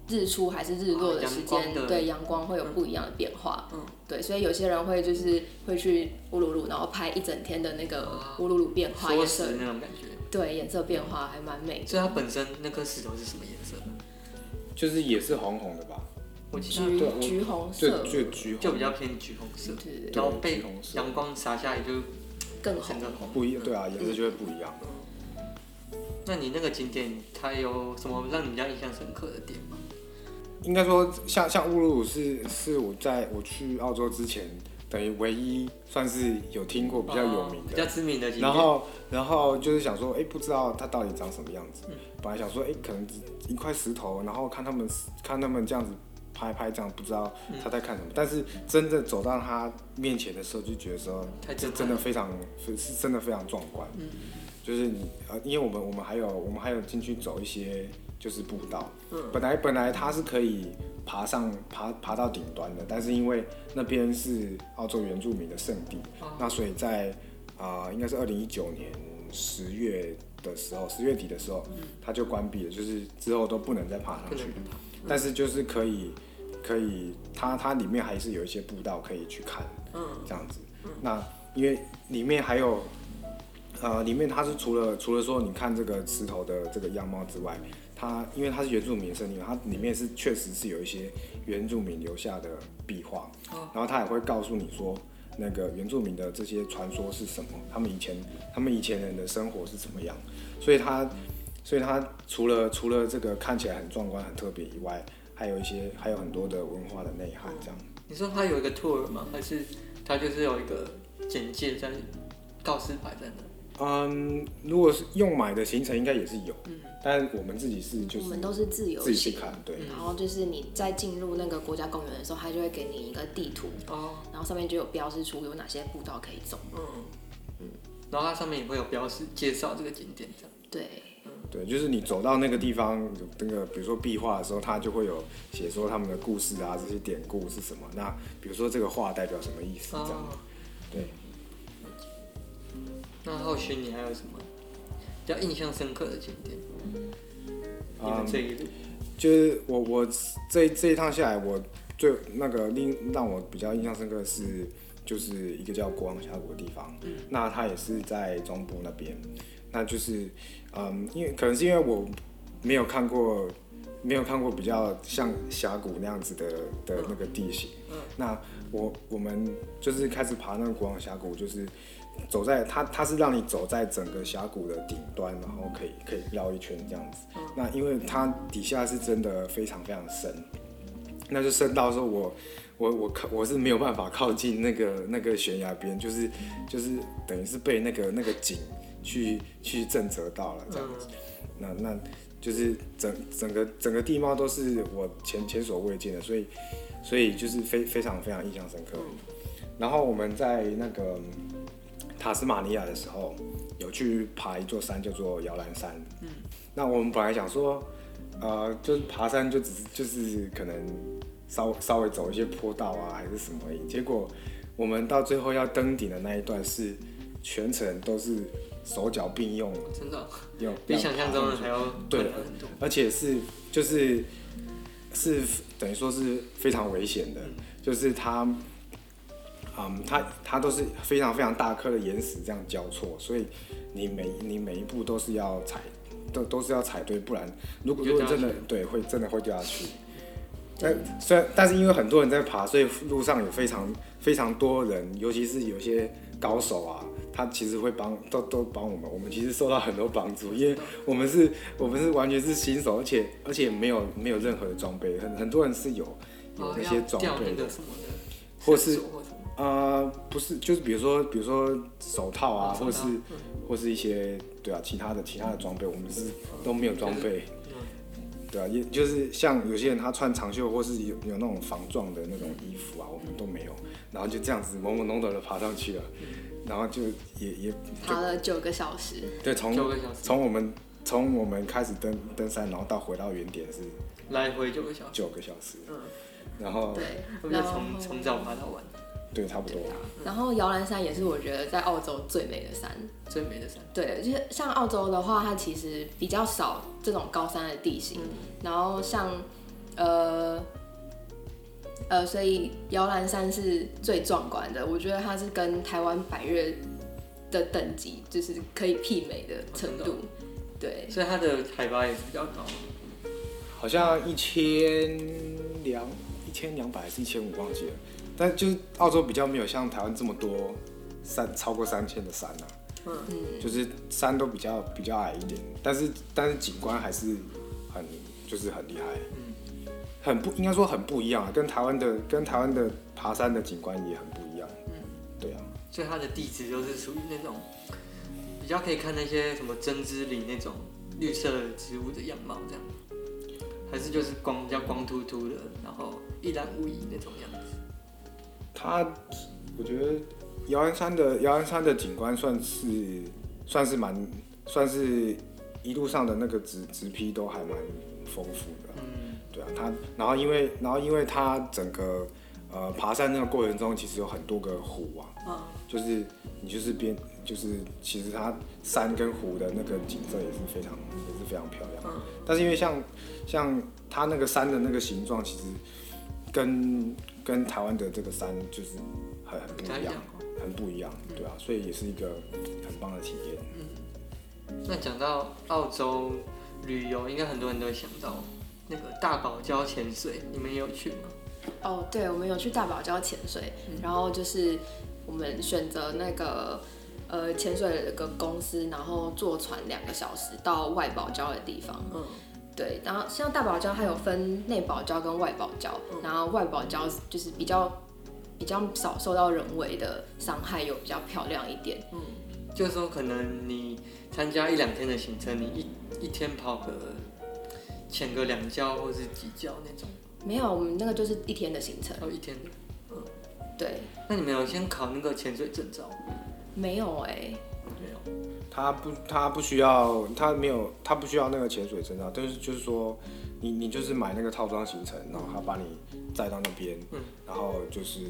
日出还是日落
哦
的
阳
时
光
间，
的
对阳光会有不一样的变化。
嗯，
对，所以有些人会就是会去乌鲁鲁，然后拍一整天的那个乌鲁鲁变
哦
化
缩
颜色
石，那种感觉。
对颜色变化还蛮美的。
所以它本身那颗石头是什么颜色？
就是也是红红的吧，
我记得
橘
对我
橘红
就
色，
就橘红
就比较偏橘红色，
对对对
然后
橘
被
红色
阳光洒下来就
更红
整。个红。嗯
不一，对啊，颜色就会不一样。
那你那个景点它有什么让你比较印象深刻的点吗？
应该说像像乌鲁鲁是是我在我去澳洲之前，等于唯一算是有听过比较有名
哦比
的
较。知名的景点。
然后，然后就是想说，哎，不知道它到底长什么样子。
嗯
本来想说，哎，可能一块石头，然后看他们看他们这样子拍拍，这样不知道
嗯
他在看什么。但是真的走到他面前的时候，就觉得说，
太震
是
撼嗯
真的非常是是真的非常壮观。就是你呃，因为我们我们还有我们还有进去走一些就是步道，
嗯
本来本来它是可以爬上爬爬到顶端的，但是因为那边是澳洲原住民的圣地，那所以在啊、呃应该是二零一九年十月的时候，十月底的时候，它就关闭了，就是之后都不能再爬上去
不能再，
但是就是可以可以，它它里面还是有一些步道可以去看，这样子。那因为里面还有，呃，里面它是除了除了说你看这个石头的这个样貌之外，它因为它是原住民森林嘛，它里面是确实是有一些原住民留下的壁画，
哦
然后它也会告诉你说那个原住民的这些传说是什么，他们以前他们以前人的生活是怎么样，所以它所以它除了除了这个看起来很壮观很特别以外，还有一些还有很多的文化的内涵
嗯
这样。
你说它有一个 tour 吗？还是它就是有一个简介在告示牌在那？
嗯，如果是用买的行程应该也是有，但我们自己是就
嗯我
是
们都是自由
自己去
行，
看，对，
嗯
然后就是你在进入那个国家公园的时候，它就会给你一个地图，
哦，
然后上面就有标示出有哪些步道可以走。
嗯然后它上面也会有标识介绍这个景点这样。
对，
对，就是你走到那个地方，那个比如说壁画的时候，它就会有写说他们的故事啊，这些典故是什么。那比如说这个画代表什么意思这样。
哦，
对，
那后续你还有什么比较印象深刻的景点？你们
嗯
这一路，
就是我我这这一趟下来，我最那个令让我比较印象深刻的是，就是一个叫国王峡谷的地方，那它也是在中部那边，那就是嗯，因为可能是因为我没有看过。没有看过比较像峡谷那样子的的那个地形，那我我们就是开始爬那个国王峡谷，就是走在它它是让你走在整个峡谷的顶端，然后可以可以绕一圈这样子。那因为它底下是真的非常非常深，那就深到说我我我靠我是没有办法靠近那个那个悬崖边，就是就是等于是被那个那个景去去震慑到了这样子。那那就是整整个整个地貌都是我前前所未见的，所以所以就是非非常非常印象深刻。然后我们在那个塔斯马尼亚的时候，有去爬一座山叫做摇篮山。嗯，那我们本来想说，呃，就是爬山就只是就是可能稍稍微走一些坡道啊，还是什么而已。结果我们到最后要登顶的那一段是全程都是手脚并用，
真的哦
用
比想象中的还要
嗯对
困难很多。
而且是就是是等于说是非常危险的，就是它，嗯，它它都是非常非常大颗的岩石这样交错，所以你每你每一步都是要踩，都都是要踩对，不然如果
你
如
就
果真
掉下
的对会真的会掉下去。但虽然但是因为很多人在爬，所以路上有非常非常多人，尤其是有些高手啊，他其实会帮都都帮我们，我们其实受到很多帮助，因为 我们是我们是完全是新手，而且而且没有没有任何的装备，很很多人是有有
哦，
那
要
些装
掉
备
那
的
个，什么的，
或是
绳索或什么
呃，不是，就是比如说比如说手套啊，
哦手
或
套
是或是一些对啊其他的其他的装备，我们是
哦
都没有装备，对啊，也就是像有些人他穿长袖或是有有那种防撞的那种衣服啊，我们都没有，然后就这样子懵懵懂懂的爬上去了，然后就也也
爬了九个小时，
对从
九个小时
从我们从我们开始登登山，然后到回到原点是
来回九个小时，
九个小时，
嗯
然后
对，
哦他们就
然后
从从早爬到晚，
对啊差不多，
然后摇篮山也是我觉得在澳洲最美的山。
最美的山。
对，就是像澳洲的话，它其实比较少这种高山的地形，然后像呃呃，所以摇篮山是最壮观的，我觉得它是跟台湾百越的等级就是可以媲美的程度。对，
所以它的海拔也是比较高，
好像一千两一千两百还是一千五忘记了，但就是澳洲比较没有像台湾这么多三超过三千的山啊，嗯，就是山都比较比较矮一点，但是但是景观还是很就是很厉害，嗯，很不应该说很不一样啊，跟台湾的跟台湾的爬山的景观也很不一样，嗯，对啊，
所以它的地质就是属于那种比较可以看那些什么针织林那种绿色的植物的样貌这样，还是就是光比较光秃秃的，然后一览无遗那种样子。
它，我觉得摇篮山的摇篮山的景观算是算是蛮算是一路上的那个直直批都还蛮丰富的，
嗯，
对啊，它然后因为然后因为它整个呃爬山那个过程中其实有很多个湖啊，
啊，
就是你就是边就是其实它山跟湖的那个景色也是非常也是非常漂亮，
嗯
但是因为像像它那个山的那个形状，其实跟跟台湾的这个山就是很很不
不太
一
一
样
样，
很不一样，对啊，所以也是一个很棒的体验。
那讲到澳洲旅游，应该很多人都会想到那个大堡礁潜水，你们有去吗？
哦，对，我们有去大堡礁潜水，然后就是我们选择那个呃潜水的一个公司，然后坐船两个小时到外堡礁的地方。
嗯，
对，然后像大堡礁它有分内堡礁跟外堡礁，然后外堡礁就是比较比较少受到人为的伤害，有比较漂亮一点。
就是说可能你参加一两天的行程，你一一天跑个潜个两礁或是几礁那种，
没有，我们那个就是一天的行程。
哦，一天。
对，
那你们有先考那个潜水证照吗？
没有哎、
没有。
他不，他不需要，他没有，他不需要那个潜水证照，但是就是说，你你就是买那个套装行程，然后他把你载到那边，
嗯
然后就是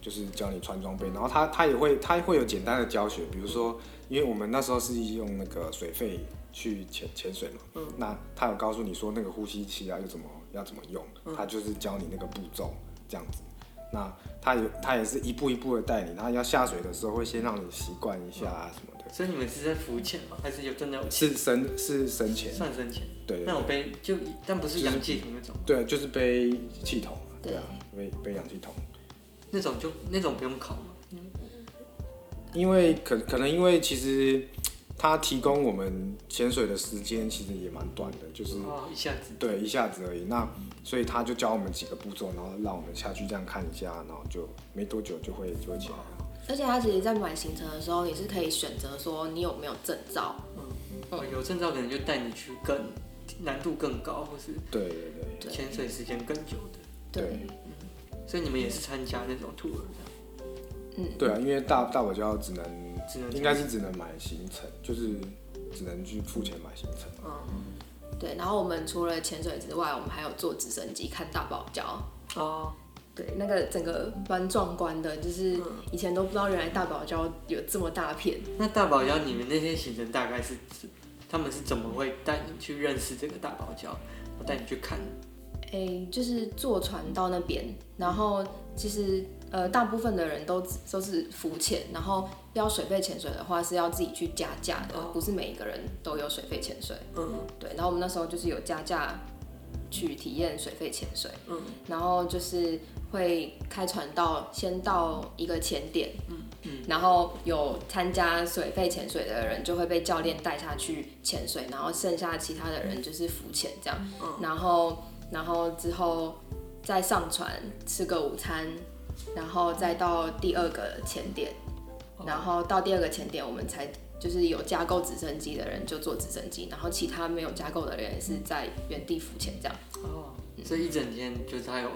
就是教你穿装备，然后他他也会他会有简单的教学，比如说，因为我们那时候是用那个水肺去潜潜水嘛，嗯，那他有告诉你说那个呼吸器啊要怎么要怎么用，他就是教你那个步骤这样子。那他也他也是一步一步的带你，他要下水的时候会先让你习惯一下啊什么的。
所以你们是在浮潜吗？还是有真的有
是深是深潜，
算深潜？
对
那
对
种背就但不是氧气瓶那种，
对，就是背气筒，
对
对啊，背背氧气筒，
那种就那种不用考吗？
因为可可能因为其实它提供我们潜水的时间其实也蛮短的，就是
哦，一下子。
对一下子而已，那所以他就教我们几个步骤，然后让我们下去这样看一下，然后就没多久就会就会起来
哦
了。
而且它其实，在买行程的时候，你是可以选择说你有没有证照。
哦，有证照可能就带你去更难度更高，或是
对对对，
对
潜水时间更久的。
对
对，
所以你们也是参加那种 tour 的，
对啊，因为大大堡礁只能
只能
应该是只能买行程，就是只能去付钱买行程。
嗯
对，然后我们除了潜水之外，我们还有坐直升机看大堡礁。
哦，
对，那个整个蛮壮观的，就是以前都不知道原来大堡礁有这么大片。
那大堡礁你们那些行程大概是是他们是怎么会带你去认识这个大堡礁？我带你去看，
诶、就是坐船到那边，然后其实呃，大部分的人都只都是浮潜，然后要水肺潜水的话是要自己去加价的，
哦
不是每一个人都有水肺潜水。
嗯
对，然后我们那时候就是有加价去体验水肺潜水，
嗯，
然后就是会开船到先到一个潜点，嗯嗯，然后有参加水肺潜水的人就会被教练带下去潜水，然后剩下其他的人就是浮潜这样，然后然后之后再上船吃个午餐，然后再到第二个潜点，然后到第二个潜点我们才。就是有加购直升机的人就坐直升机，然后其他没有加购的人也是在原地浮潜这样。
哦，所以一整天就是它有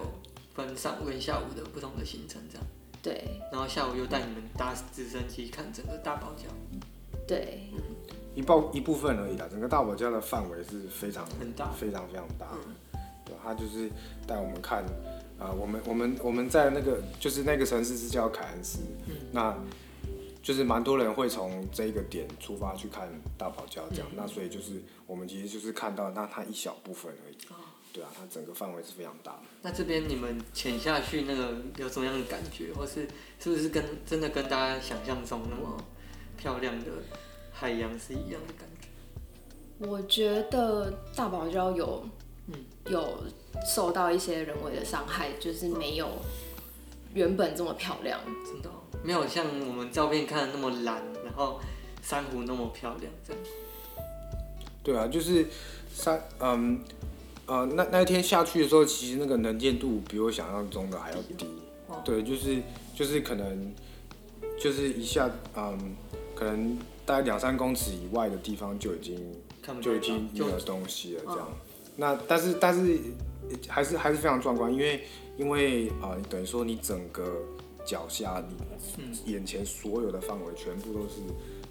分上午跟下午的不同的行程这样，
对
然后下午又带你们搭直升机看整个大堡礁，
对，
一部一部分而已啦，整个大堡礁的范围是非常
很大嗯
非常非常大的。对，他就是带我们看，呃，我们我们我们在那个就是那个城市是叫凯恩斯，
嗯
那就是蛮多人会从这个点出发去看大堡礁这样，
嗯
那所以就是我们其实就是看到那它一小部分而已。
哦
对啊，它整个范围是非常大的。
那这边你们潜下去那个有什么样的感觉，或是是不是跟真的跟大家想象中那么漂亮的海洋是一样的感觉？
我觉得大堡礁有嗯有受到一些人为的伤害，就是没有原本这么漂亮。
真的哦、没有像我们照片看的那么蓝，然后珊瑚那么漂亮这样。
对啊，就是三嗯呃，那那一天下去的时候，其实那个能见度比我想象中的还要低。
哦
对，就是就是可能就是一下嗯，可能大概两三公尺以外的地方就已经
看不到
就已经
就嗯
没有东西了这样。那但是但是呃还是还是非常壮观，因为因为啊、呃等于说你整个脚下
嗯
你眼前所有的范围全部都是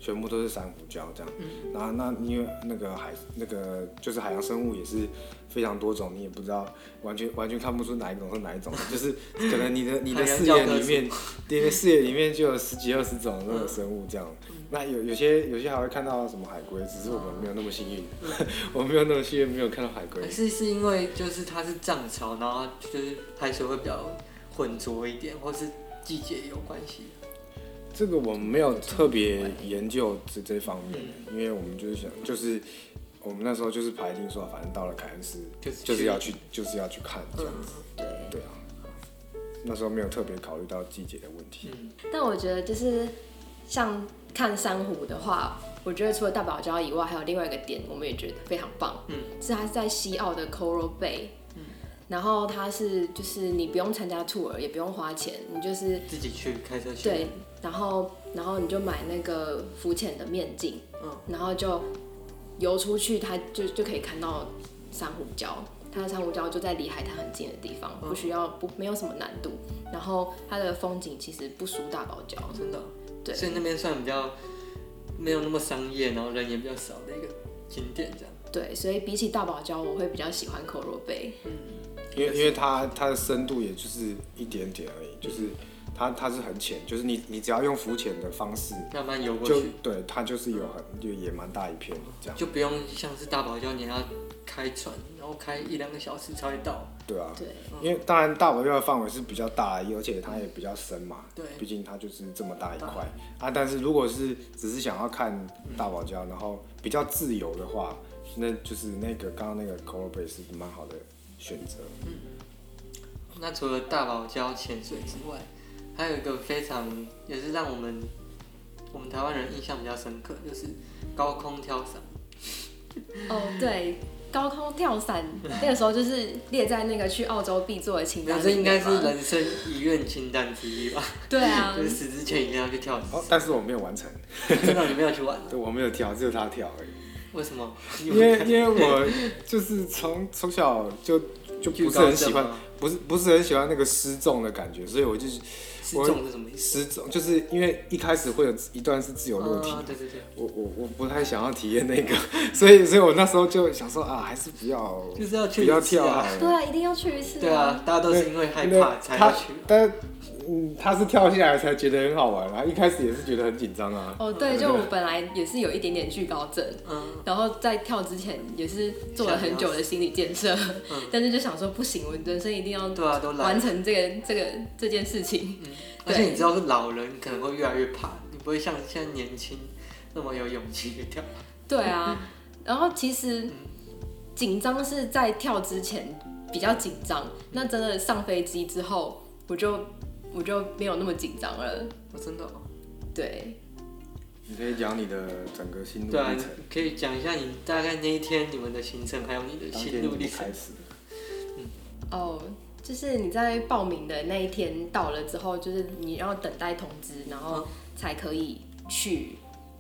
全部都是珊瑚礁这样。
嗯
然后那因为那个海那个就是海洋生物也是非常多种，你也不知道完全完全看不出哪一种是哪一种，就是可能你的你的
海洋
视
教
野
科
里
书 嗯
面，你的视野里面就有十几二十种那种生物这样。那有有些有些还会看到什么海龟，只是我们没有那么幸运，
嗯
我没有那么幸运没有看到海龟
还。是是因为就是它是涨潮，然后就是海水会比较浑浊一点，或是季节有关系。
这
嗯
个我们没有特别研究这这方面，因为我们就是想就是我们那时候就是排定说，反正到了凯恩斯
就是
就是
去嗯
要去就是要去看这样子，
对。
对啊。那时候没有特别考虑到季节的问题，
嗯
但我觉得就是像看珊瑚的话，我觉得除了大堡礁以外，还有另外一个点，我们也觉得非常棒，嗯，是它是在西澳的 Coral Bay，然后它是就是你不用参加 tour，也不用花钱，你就是
自己去开车去。
对，然后然后你就买那个浮潜的面镜，
嗯，
然后就游出去，它就就可以看到珊瑚礁。它的珊瑚礁就在离海滩很近的地方，不需要不没有什么难度。然后它的风景其实不输大堡礁，
哦，真的哦、
对
所以那边算比较没有那么商业，然后人也比较少的一个景点，这样。
对，所以比起大堡礁，我会比较喜欢口若贝。
嗯
因为因为它它的深度也就是一点点而已，就是
嗯
它它是很浅，就是你你只要用浮潜的方式，
慢慢游过
就
去，
对它就是有很就也蛮大一片这样，
就不用像是大堡礁，你还要开船，然后开一两个小时才会到。
对啊。
对，
因为当然大堡礁的范围是比较大，而且它也比较深嘛，
对
毕竟它就是这么大一块啊。但是如果是只是想要看大堡礁，然后比较自由的话，那就是那个刚刚那个 Coral Bay 是蛮好的选择。
那除了大堡礁潜水之外，还有一个非常也是让我们我们台湾人印象比较深刻，就是高空跳伞。
哦对，高空跳伞那个时候就是列在那个去澳洲必做的清单
那
里
这
面
应该是
嘛
人生遗愿清单之一 吧？
对啊
就，是死之前一定要去跳伞。
哦，但是我没有完成，
真的，你没有去玩啊？
对我没有跳，只有他跳而已。
为什么？
因为因为我就是从从小就就不是很喜欢，不是不是很喜欢那个失重的感觉，所以我就是
失重是什么意思？
失重，就是因为一开始会有一段是自由落体
啊，对对对，
我我我不太想要体验那个，所以所以我那时候就想说啊，还是不要，
就是要去
不要
一次
跳
啊
好
对
了。
啊，一定要去一次、
对啊，大家都是因为害
因为
怕才要
他
去。
但嗯，他是跳下来才觉得很好玩啊，一开始也是觉得很紧张啊。
哦，对，就我本来也是有一点点惧高症，
嗯，
然后在跳之前也是做了很久的心理建设，但是就想说不行，我人生一定要
对啊，嗯都来
完。成这个这个这件事情。
而且你知道是老人可能会越来越怕，你不会像现在年轻那么有勇气去跳。
对啊，然后其实紧张是在跳之前比较紧张，那真的上飞机之后，我就我就没有那么紧张了。
我真的哦，
对，
你可以讲你的整个心路
嗯对啊，
历
你
程，
可以讲一下你大概那一天你们的行程，还有你的
当
心
天
路
怎
历
么
程
开。始的。
哦，就是你在报名的那一天到了之后，就是你要等待通知，然后才可以去。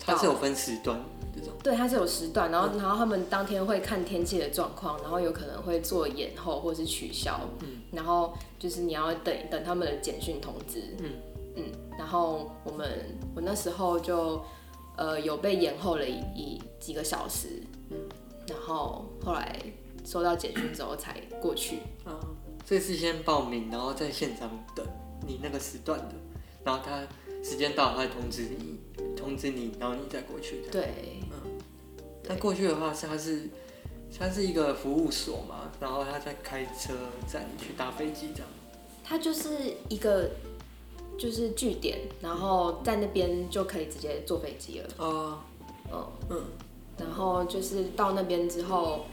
它是有分时段这种，
对，它是有时段，然后然后他们当天会看天气的状况，然后有可能会做延后或是取消，嗯，然后就是你要等等他们的简讯通知，
嗯
嗯，然后我们我那时候就呃有被延后了一一几个小时，然后后来收到简讯之后才过去，
嗯，所以是先报名，然后在现场等你那个时段的，然后他时间到了，他会通知你，通知你，然后你再过去这样。
对，
那过去的话是它是它是一个服务所嘛，然后他再开车载你去搭飞机这样。
它就是一个就是据点，然后在那边就可以直接坐飞机了。
哦，
嗯
嗯
嗯，然后就是到那边之后，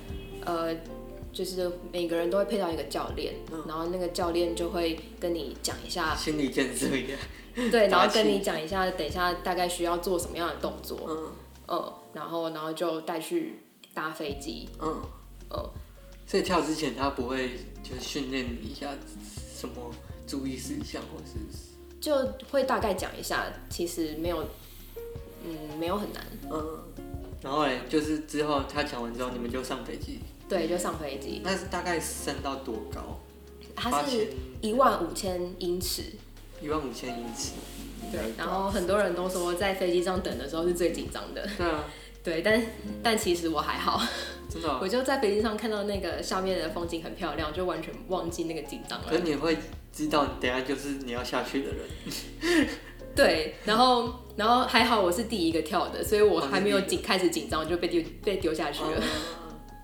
呃，就是每个人都会配到一个教练，然后那个教练就会跟你讲 一下，
心理建设一样。
对，然
打
后
气
跟你讲一下，等一下大概需要做什么样的动作，
嗯
嗯，然后然后就带去搭飞机，
嗯，
嗯，
所以跳之前他不会就是训练你一下什么注意事项，或是
就会大概讲一下，其实没有，嗯，没有很难，
嗯，然后嘞就是之后他讲完之后你们就上飞机，
对，就上飞机，
那是大概升到多高？
它是一万五千英尺，
一万五千英尺。
对
然后很多人都说在飞机上等的时候是最紧张的。
对啊，
对，但但其实我还好，
真的、
我
哦。
就在飞机上看到那个下面的风景很漂亮，就完全忘记那个紧张
可
了
是。你会知道，等一下就是你要下去的人。
对，然后然后还好我是第一个跳的，所以我还没有紧开始紧张就被丢被丢下去了。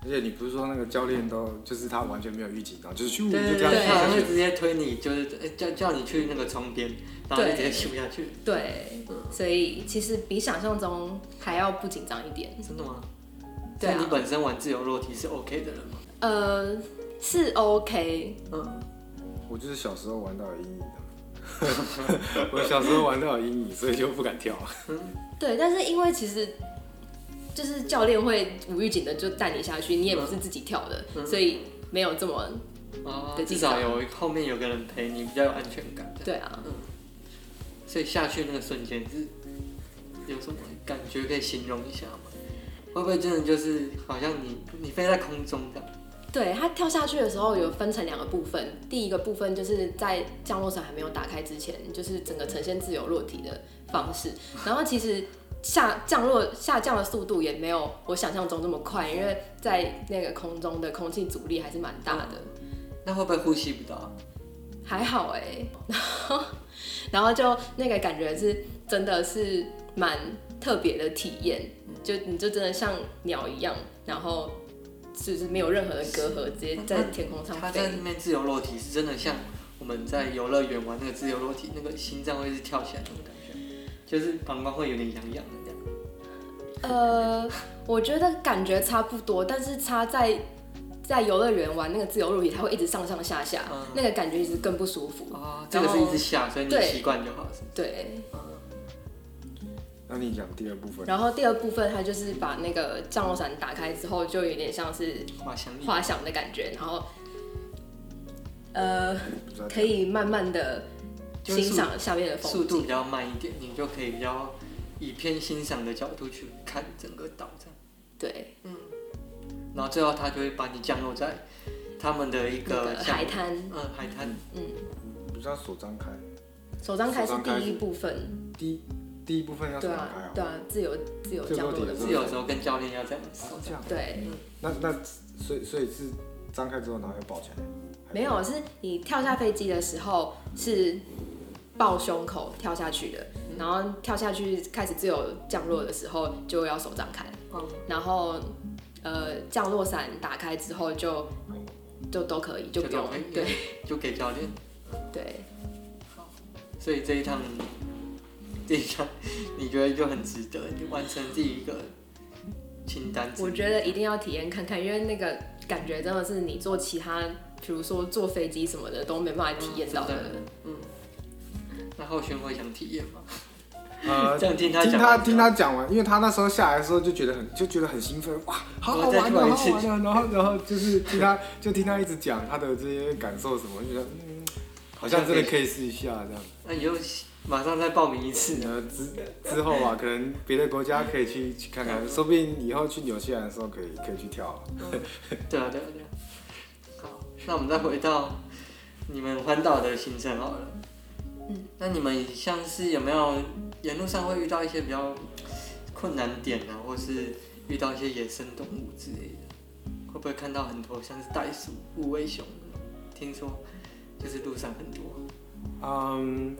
而且你不是说那个教练都就是他完全没有预警，然后就是咻
对
就
嗯对
跳
对，
下
他
去
会
了。
直接推你，就是呃叫叫你去那个窗边，然后就直接咻下去。
对，所以其实比想象中还要不紧张一点。
真的吗？
对啊
那你本身玩自由落体是 OK 的人吗？
呃，是 OK，
嗯，
我就是小时候玩到有阴影的， 我小时候玩到有阴影，所以就不敢跳。
对，但是因为其实就是教练会无预警的就带你下去，你也不是自己跳的，所以没有这么
哦，
对
至
至
少
少
有后面有个人陪你，比较有安全感。
对啊，
所以下去那个瞬间是有什么感觉可以形容一下吗？会不会真的就是好像你你飞在空中这样？
对他跳下去的时候有分成两个部分，第一个部分就是在降落伞还没有打开之前，就是整个呈现自由落体的方式。然后其实下降落下降的速度也没有我想象中那么快，因为在那个空中的空气阻力还是蛮大的，
那会不会呼吸不到？啊
还好哎、然后然后就那个感觉是真的是蛮特别的体验，就你就真的像鸟一样，然后就是没有任何的隔阂，直接在天空上
他
飞
在。那边自由落体是真的像我们在游乐园玩那个自由落体，那个心脏会是跳起来那种感觉，就是膀胱会有点痒痒的这样。
呃，我觉得感觉差不多，但是差在在游乐园玩那个自由落体，它会一直上上下下，
嗯
那个感觉一直更不舒服。
哦，这
然
个
后
是一直下，所以你
对
习惯就好。是吗
对，
那你讲第二部分，
然后第二部分它就是把那个降落伞打开之后，就有点像是
滑翔力，
滑翔的感觉，然后呃，
不知道
可以慢慢的
就是
欣赏下面的
速
风
度
景
比。较慢一点，你就可以比较以偏欣赏的角度去看整个岛这样。
对，
然后最后他就会把你降落在他们的一
那
个
个海滩，
嗯海滩，
不知道手张开，
手张开是
手张开
第一
是
部分，
第一第一部分要手
对
张
啊
开啊，，
对啊，自由自由
自由
降落
落体
的
的
部
是
自
有
由
分，
时候跟教练要这样
是
说
哦这样。
对。
那那所以所以是张开之后，然后要抱起来，
没有，是你跳下飞机的时候是抱胸口跳下去的，然后跳下去开始自由降落的时候就要手张开，
嗯
然后呃降落伞打开之后就就都可以，就不用
都可以
对
就给教练。
对，
所以这一趟， 这一趟你觉得就很值得，你完成第一个清单之一。
我觉得一定要体验看看，因为那个感觉真的是你坐其他，比如说坐飞机什么的都没办法体验到的。
嗯真那后轩会想体验吗？
呃
这样听他
听
讲
他
完，
听他讲完，因为他那时候下来的时候就觉得很就觉得很兴奋，哇，好好玩
然后再
啊，好
去
好
玩一
玩啊！然后然后就是听他就听他一直讲他的这些感受什么，就觉得嗯，好像真的可以试一下这样。
那你就马上再报名一次。啊
呃之之后啊，可能别的国家可以去去看
嗯
看，说不定以后去纽西兰的时候可以可以去跳啊。
对啊，对啊，对啊。好，那我们再回到你们环岛的行程好了。嗯，那你们像是有没有沿路上会遇到一些比较困难点啊，或是遇到一些野生动物之类的？会不会看到很多像是袋鼠、无尾熊？听说就是路上很多。
嗯，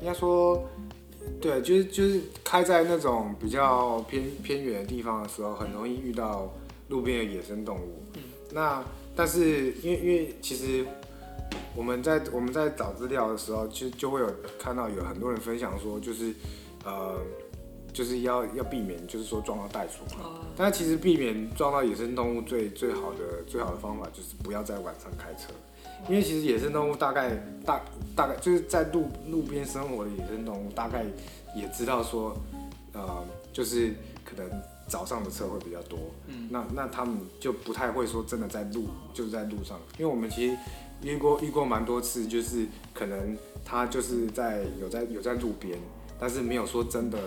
应该说，对，就是就是开在那种比较偏偏远的地方的时候，很容易遇到路边的野生动物。那但是因为因为其实我们在我们在找资料的时候，就就会有看到有很多人分享说，就是呃，就是要要避免，就是说撞到袋鼠嘛。
哦
但其实避免撞到野生动物最最好的最好的方法就是不要在晚上开车，因为其实野生动物大概大大概就是在路路边生活的野生动物大概也知道说，呃，就是可能早上的车会比较多，
嗯，
那那他们就不太会说真的在路就是在路上，因为我们其实遇过遇过蛮多次，就是可能他就是在有在有在路边，但是没有说真的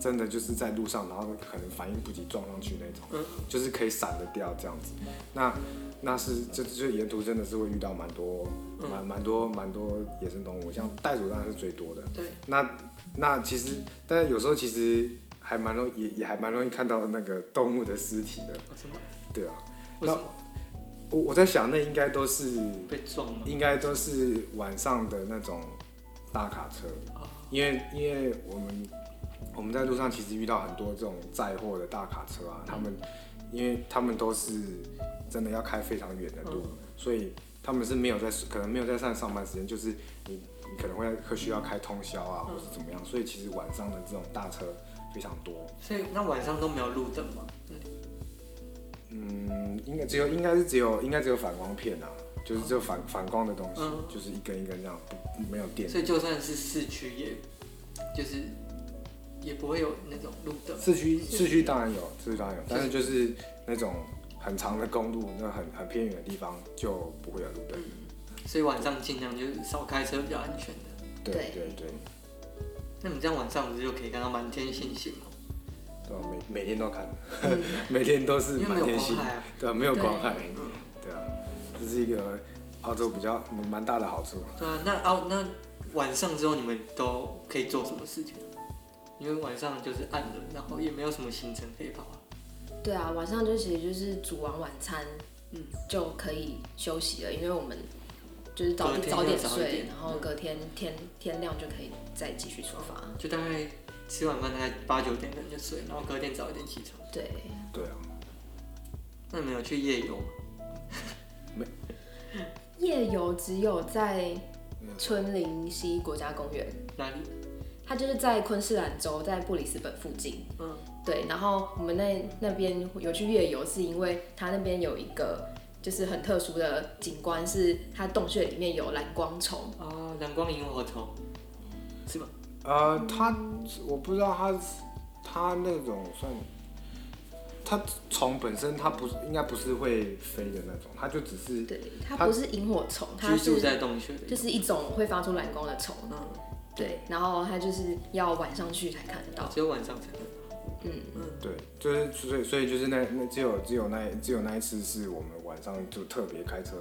真的就是在路上，然后可能反应不及撞上去那种，
嗯
就是可以闪得掉这样子。那那是这这沿途真的是会遇到蛮多
嗯
蛮蛮多蛮多野生动物，像袋鼠当然是最多的。
对，哦
那那其实，但是有时候其实还蛮容也也还蛮容易看到那个动物的尸体的，
为什么？
对啊。
为什么
我我在想，那应该都是
被撞吗？
应该都是晚上的那种大卡车，因为因为我们我们在路上其实遇到很多这种载货的大卡车啊，他们因为他们都是真的要开非常远的路，
嗯
所以他们是没有在可能没有在上上班时间，就是你你可能会会需要开通宵啊，或是怎么样，所以其实晚上的这种大车非常多。
所以那晚上都没有路灯吗？
嗯应该只有应该是只有应该只有反光片啊，就是只有反反光的东西
嗯，
就是一根一根这样，不没有电。
所以就算是市区，也就是也不会有那种路灯。
市区市区当然有，市区当然有，但是就是那种很长的公路，那很很偏远的地方就不会有路灯。
所以晚上尽量就是少开车比较安全的。
对
对
对对，
那你这样晚上不是就可以看到满天星星吗？
对啊，每每天都看，每天都是
因为没
满
有
天
光
星，
害啊。
对啊，没有光害
嗯，
对啊，这是一个澳洲比较蛮大的好处。
对啊，那哦，那晚上之后你们都可以做什么事情？因为晚上就是暗了，然后也没有什么行程可以跑啊。
对啊，晚上就其实就是煮完晚餐，
嗯，
就可以休息了，因为我们就是早
隔天
早点
要早一
睡
点，
然后隔天天天亮就可以再继续出发。
就大概吃完饭大概八九点可能就睡，然后隔天早一点起床。
对，
对啊，
那你们有去夜游吗？
夜游只有在
嗯
春林溪国家公园，
哪里？
它就是在昆士兰州，在布里斯本附近。
嗯，
对，然后我们那那边有去夜游，是因为它那边有一个就是很特殊的景观，是它洞穴里面有蓝光虫。
啊，蓝光萤火虫，是吗？
呃，它我不知道它它那种算，它虫本身它不是应该不是会飞的那种，它就只是
对，它
它
不是萤火虫，它
居住
是
在洞穴里。
就是一种会发出蓝光的虫。
嗯，
对，然后它就是要晚上去才看得到。
只有晚上才能。
嗯，
对，就是所以所以就是那那只有只有那只有那一次是我们晚上就特别开车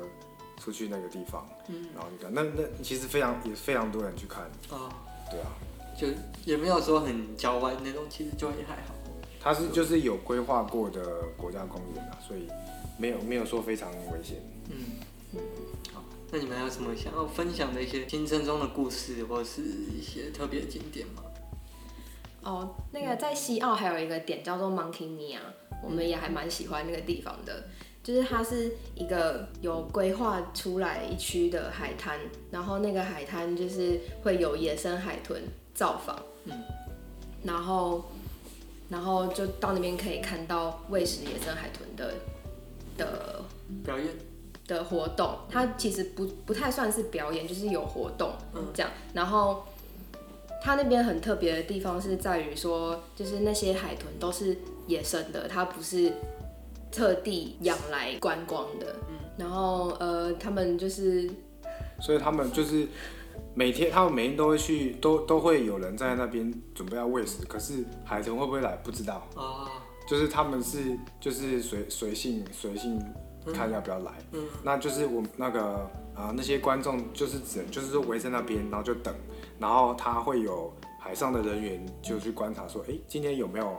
出去那个地方，然后你看那那其实非常也非常多人去看，
啊，
对啊，
就也没有说很郊外那种，其实就也还好。
它是就是有规划过的国家公园啊，所以没有没有说非常危险。
嗯，好，那你们还有什么想要分享的一些新生中的故事，或是一些特别景点吗？
哦，那个在西澳还有一个点叫做 Monkey Mia，我们也还蛮喜欢那个地方的。就是它是一个有规划出来一区的海滩，然后那个海滩就是会有野生海豚造访，
嗯
然后然后就到那边可以看到喂食野生海豚的的
表演，
的活动，它其实不不太算是表演，就是有活动
嗯
这样。然后它那边很特别的地方是在于说，就是那些海豚都是野生的，它不是特地养来观光的。然后呃，他们就是
所以他们就是每天，他们每天都会去，都都会有人在那边准备要喂食，可是海豚会不会来不知道，
啊，
就是他们是就是随随性随性看要不要来，
嗯
那就是我们那个啊、呃那些观众就是只能就是说围在那边，然后就等，然后他会有海上的人员就去观察说，诶，今天有没有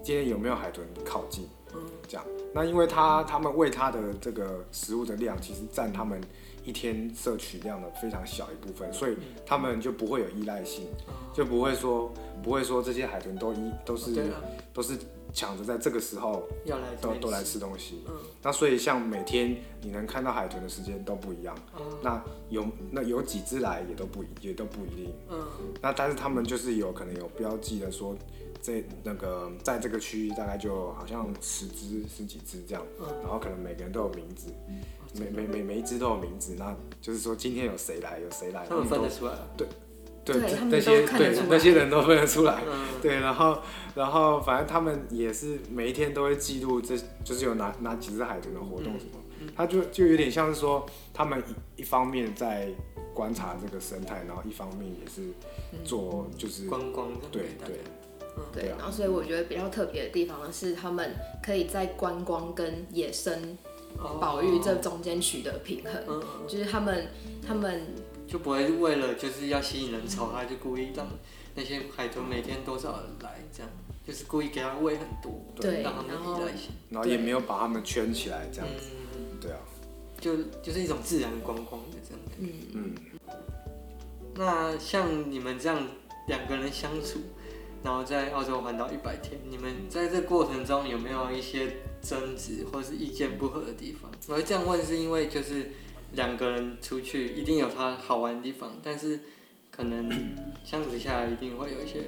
今天有没有海豚靠近，
嗯
这样，那因为他他们喂它的这个食物的量其实占他们一天摄取量的非常小一部
嗯
分，所以他们就不会有依赖性，就不会说不会说这些海豚都一都
哦对
是
了，
都是抢着在这个时候
要来这
都
边
都来吃东西。
嗯
那所以像每天你能看到海豚的时间都不一样，
哦
那有那有几只来也都不也都不一定。
嗯，
那但是他们就是有可能有标记的说，这那个在这个区域大概就好像十只十几只这样，
嗯哦
然后可能每个人都有名字，每每每每一只都有名字，那就是说今天有谁来有谁来，
他们
都
分得出来了。
对
对
这
他们
那
都
些
看得
对
出来
那些人都分得出来，
嗯，
对，然后然后反正他们也是每一天都会记录这，就是有哪哪几只海豚的活动什么，
嗯
他就就有点像是说他们一一方面在观察这个生态，然后一方面也是
嗯
做就是、
观光的，
对对
对，
对啊
然后所以我觉得比较特别的地方是，他们可以在观光跟野生
哦
保育这中间取得平衡，
嗯嗯
就是他们他们
嗯就不会为了就是要吸引人潮，他就故意让那些海豚每天多少来这样，就是故意给它喂很多，
对
让他们
然后
依赖性。
然后也没有把他们圈起来这样子，
嗯，
对啊，
就就是一种自然观光的这样感觉。
嗯
嗯，
那像你们这样两个人相处，然后在澳洲环岛一百天，你们在这过程中有没有一些争执或是意见不合的地方？我会这样问，是因为就是两个人出去一定有他好玩的地方，但是可能相处下来一定会有一些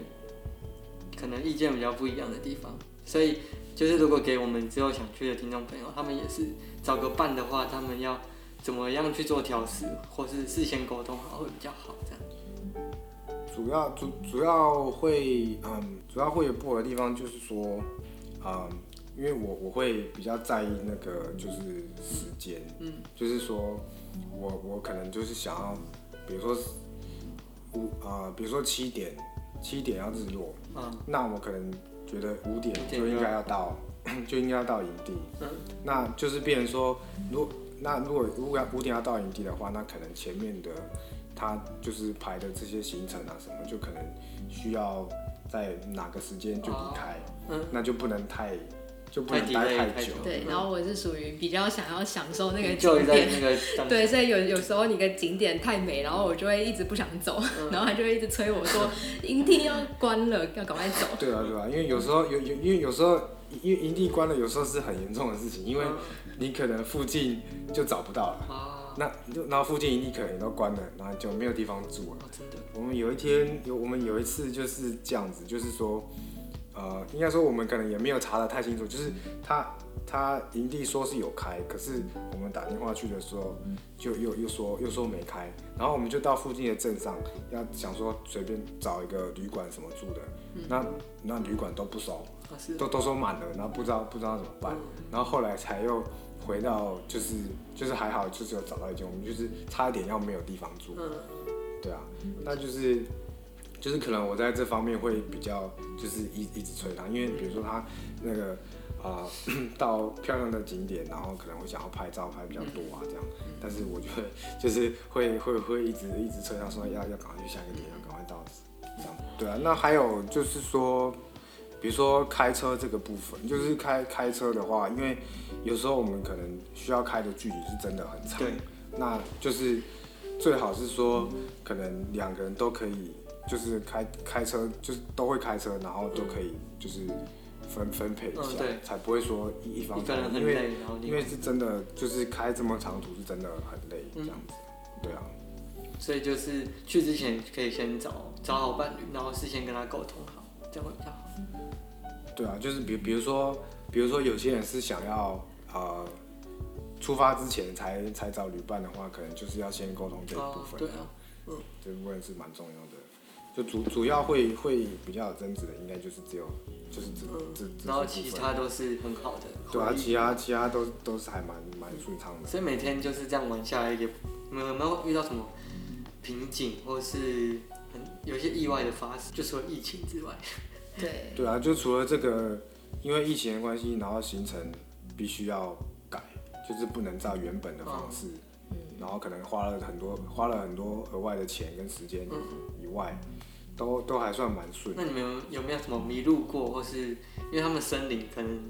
可能意见比较不一样的地方，所以就是如果给我们之后想去的听众朋友，他们也是找个伴的话，他们要怎么样去做调试，或是事先沟通好会比较好，这样。
主要主主要会嗯，主要会有不合的地方就是说，嗯，因为我我会比较在意那个就是时间，
嗯，
就是说我我可能就是想要，比如说五啊、比如说七点七点要日落，
嗯
那我可能觉得五点
五点
就
就
应
要
该要到 就应该要到营地，
嗯
那就是变成说，如那如果如果要五点要到营地的话，那可能前面的他就是排的这些行程啊什么，就可能需要在哪个时间就离开，
嗯，
那就不能太就不能
太
待
delay，
太
太
久
久。
对
嗯，
然后我是属于比较想要享受那个
就
景
在
点，
那个当
对，所以有有时候你的景点太美，然后我就会一直不想走，
嗯
然后他就会一直催我说营地要关了，要赶快走。
对啊，
嗯
对啊，因为有时候有有，因为有时候因为营地关了，有时候是很严重的事情，因为
嗯
你可能附近就找不到了，
啊，
那就然后附近营地可能也都关了，然后就没有地方住了。
哦真的，
我们有一天有我们有一次就是这样子，就是说，呃，应该说我们可能也没有查得太清楚，就是他他营地说是有开，可是我们打电话去的时候就又又说又说没开，然后我们就到附近的镇上，要想说随便找一个旅馆什么住的，那那旅馆都不熟，
啊是
都都说满了，然后不知道不知道怎么
嗯
办，然后后来才又回到就是就是还好就是有找到一间，我们就是差一点要没有地方住，
嗯
对啊，那就是就是可能我在这方面会比较就是一一直催他，因为比如说他那个啊、 到漂亮的景点，然后可能会想要拍照拍比较多啊这样，但是我就会就是会会会一直一直催他说要要赶快去下一个点，要赶快到这样。对啊，那还有就是说。比如说开车这个部分，就是开开车的话，因为有时候我们可能需要开的距离是真的很长，
对，
那就是最好是说，可能两个人都可以，就是开开车，就是都会开车，然后都可以就是分分配一
嗯
下，
对
才不会说一一方
一个人
因
很
为
累，然后
因
另外
为是真的就是开这么长途是真的很累这
嗯
样子，对啊，
所以就是去之前可以先找找好伴侣，然后事先跟他沟通好，这样会比较好。
对啊，就是比比如说比如说有些人是想要呃出发之前才才找旅伴的话，可能就是要先沟通这一部
哦，
分，
对啊，
这部分是蛮重要的。就主主要会会比较有争执的，应该就是只有就是这这这
然后
这部
其
分
他都是很好的回忆，
对啊，其他其他都都是还蛮蛮顺畅的。
所以每天就是这样玩下来，也没有没有遇到什么瓶颈，或是很有一些意外的发生，就除了疫情之外，
对，
对啊，就除了这个，因为疫情的关系，然后行程必须要改，就是不能照原本的方式，然后可能花了很多花了很多额外的钱跟时间以外，都都还算蛮顺的。
那你们有有没有什么迷路过，或是因为他们森林可能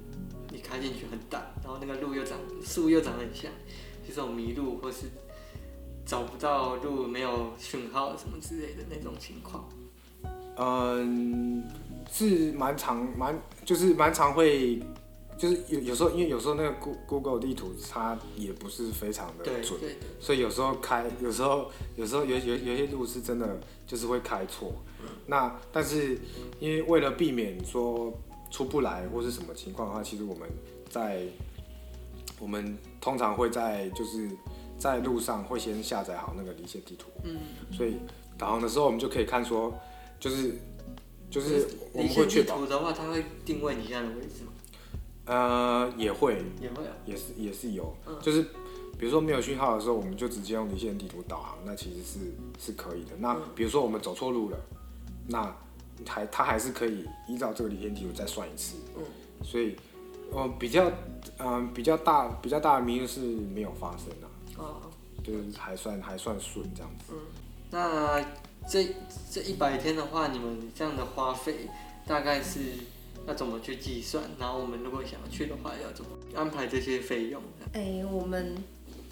你开进去很大，然后那个路又长树又长得很像，就是有迷路或是找不到路、没有讯号什么之类的那种情况？
嗯，是蛮常蛮就是蛮常会，就是有有时候因为有时候那个 Goo- Google 地图它也不是非常的
对
准，
对对，
所以有时候开有时候有时候有有有些路是真的就是会开错。那但是因为为了避免说出不来或是什么情况的话，其实我们在我们通常会在就是在路上会先下载好那个离线地图。
嗯，
所以导航的时候，我们就可以看说，就是就是我
离
们会
线
确
地
保，
图的话，它会定位你现在的位置吗？
呃，也会
也会啊，
也是也是有
嗯，
就是比如说没有讯号的时候，我们就直接用离线地图导航，那其实是是可以的。
嗯
那比如说我们走错路了，那还它还是可以依照这个离线地图再算一次。
嗯，
所以呃比较嗯、呃比较大比较大的迷雾是没有发生的、
哦，
就是还算还算顺这样子。
那这这一百天的话，你们这样的花费大概是要怎么去计算？然后我们如果想要去的话，要怎么安排这些费用？
哎、我们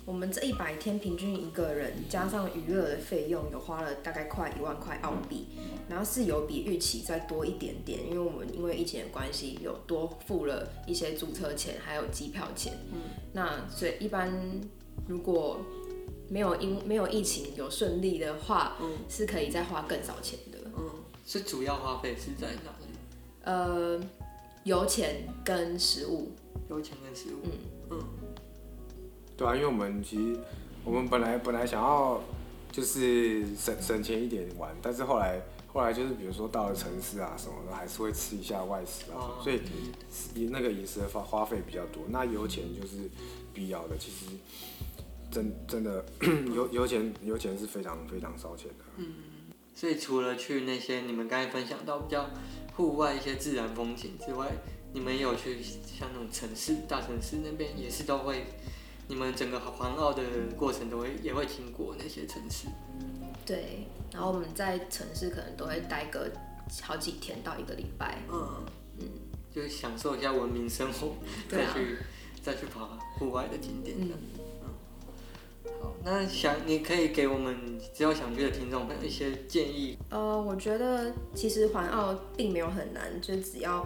我们这一百天平均一个人加上娱乐的费用，有花了大概快一万块澳币，然后是有比预期再多一点点，因为我们因为疫情的关系，有多付了一些租车钱，还有机票钱。嗯，那所以一般如果没有因没有疫情有顺利的话，
嗯
是可以再花更少钱的。
是主要花费是在哪里？
呃，
油钱跟食物，
有钱跟食物，
对啊，因为我们其实我们本来本来想要就是省省钱一点玩，但是后来后来就是比如说到了城市啊什么的，还是会吃一下外食啊什么，
哦
所以饮那个饮食的花花费比较多。那油钱就是必要的，其实真真的 油油钱油钱是非常非常烧钱的。
所以除了去那些你们刚才分享到比较户外一些自然风景之外，你们有去像那种城市、大城市那边也是都会，你们整个环澳的过程都会也会经过那些城市。
对，然后我们在城市可能都会待个好几天到一个礼拜，
嗯，就是享受一下文明生活，
对
再
啊
去再去跑户外的景点。嗯，好，那想你可以给我们之后想去的听众朋友一些建议。
呃，我觉得其实环澳并没有很难，就只要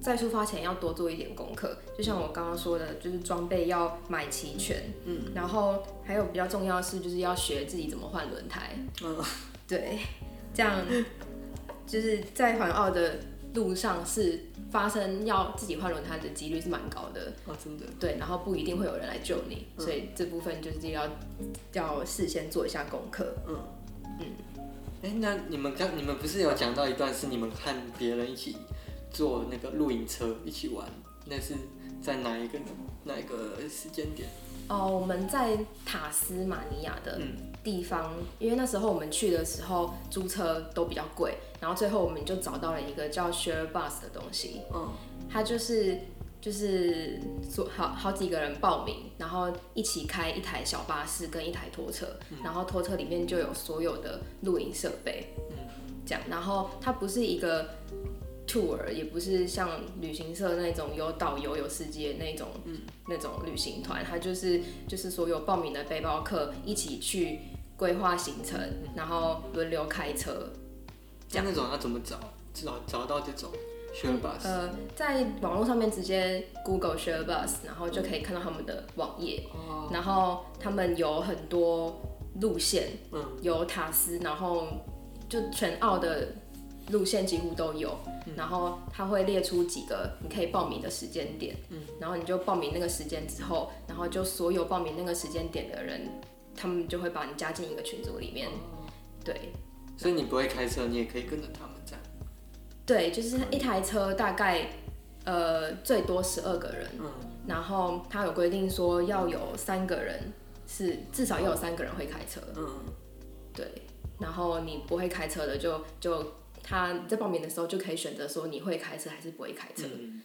在出发前要多做一点功课。就像我刚刚说的，就是装备要买齐全，嗯，然后还有比较重要的是，就是要学自己怎么换轮胎，
嗯，
对，这样就是在环澳的路上是发生要自己换轮胎的几率是蛮高的，
哦，真的，
对，嗯然后不一定会有人来救你，所以这部分就是要要事先做一下功课。
嗯哎，那你们刚你们不是有讲到一段是你们和别人一起坐那个露营车一起玩，那是在哪一个哪一个时间点？
哦，我们在塔斯马尼亚的
嗯
地方，因为那时候我们去的时候租车都比较贵，然后最后我们就找到了一个叫 Share Bus 的东西，
嗯，
它就是就是所好好几个人报名，然后一起开一台小巴士跟一台拖车，然后拖车里面就有所有的露营设备，这样，然后它不是一个 tour，也不是像旅行社那种有导游有司机的那种，那种旅行团，它就是就是所有报名的背包客一起去规划行程，然后轮流开车，
像那种要怎么找？找找到这种 s h a r bus？
呃，在网络上面直接 Google Share Bus，然后就可以看到他们的网页，
哦，
然后他们有很多路线，
嗯，
有塔斯，然后就全澳的路线几乎都有，
嗯
然后他会列出几个你可以报名的时间点，嗯，然后你就报名那个时间之后，然后就所有报名那个时间点的人，他们就会把你加进一个群组里面，
哦
对，
所以你不会开车，你也可以跟着他们这样。
对，就是一台车大概呃最多十二个人，
嗯
然后他有规定说要有三个人是至少要有三个人会开车，
嗯。
对，然后你不会开车的就就他在报名的时候就可以选择说你会开车还是不会开车，
嗯，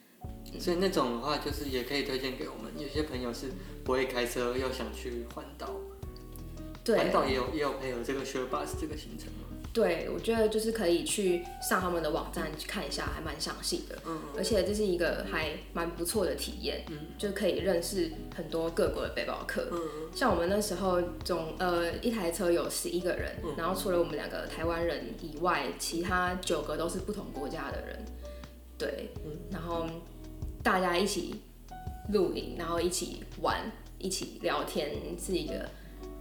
所以那种的话，就是也可以推荐给我们。有些朋友是不会开车，又想去环岛，环
对
岛也有也有配合这个 share bus 这个行程嘛。
对，我觉得就是可以去上他们的网站去看一下，还蛮详细的。
嗯，
而且这是一个还蛮不错的体验，就可以认识很多各国的背包客。像我们那时候总呃一台车有十一个人，然后除了我们两个台湾人以外，其他九个都是不同国家的人。对，然后大家一起露营，然后一起玩，一起聊天，是一个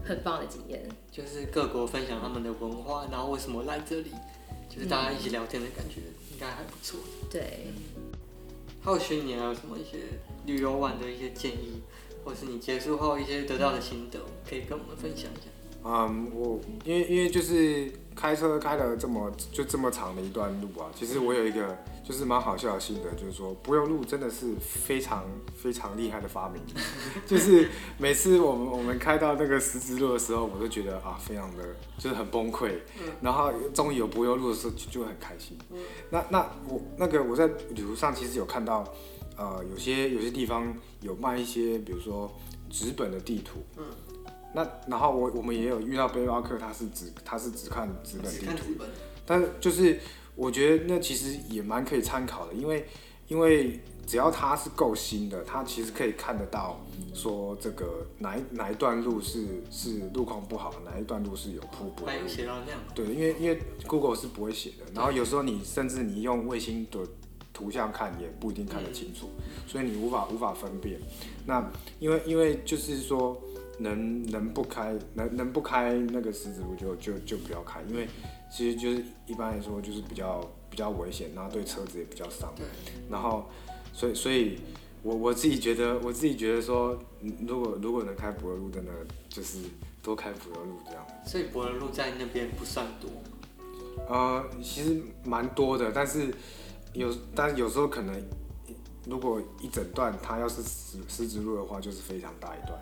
很棒的经验。
就是各国分享他们的文化，然后为什么来这里，就是大家一起聊天的感觉，应该还不错。
对，
浩勋，你还有什么一些旅游玩的一些建议，或是你结束后一些得到的心得，可以跟我们分享一下？
嗯，我因为因为就是开车开了这么就这么长的一段路啊，其实我有一个就是蛮好笑的心得，就是说不用路真的是非常非常厉害的发明。 就是每次我们我们开到那个十字路的时候，我都觉得啊，非常的就是很崩溃。然后终于有柏油路的时候，就就会很开心。那那我那个我在旅途上其实有看到，呃，有些有些地方有卖一些，比如说纸本的地图。嗯。那然后我我们也有遇到背包客，他是只他是只看纸本地
看
图，
图本，
但就是我觉得那其实也蛮可以参考的，因为因为只要它是够新的，它其实可以看得到说这个哪一哪一段路是是路况不好，哪一段路是有瀑布
还有写到那样。
对，因为因为 Google 是不会写的，然后有时候你甚至你用卫星的图像看也不一定看得清楚，所以你无法无法分辨。那因为因为就是说能能不开能能不开那个十字路就就就不要开，因为其实就是一般来说就是比较比较危险，然后对车子也比较伤
对。
然后，所以所以，我我自己觉得，我自己觉得说，嗯如果如果能开柏油路，真的就是多开柏油路这样。
所以博乐路在那边不算多。
呃，其实蛮多的，但是有，但有时候可能，如果一整段它要是十十字路的话，就是非常大一段。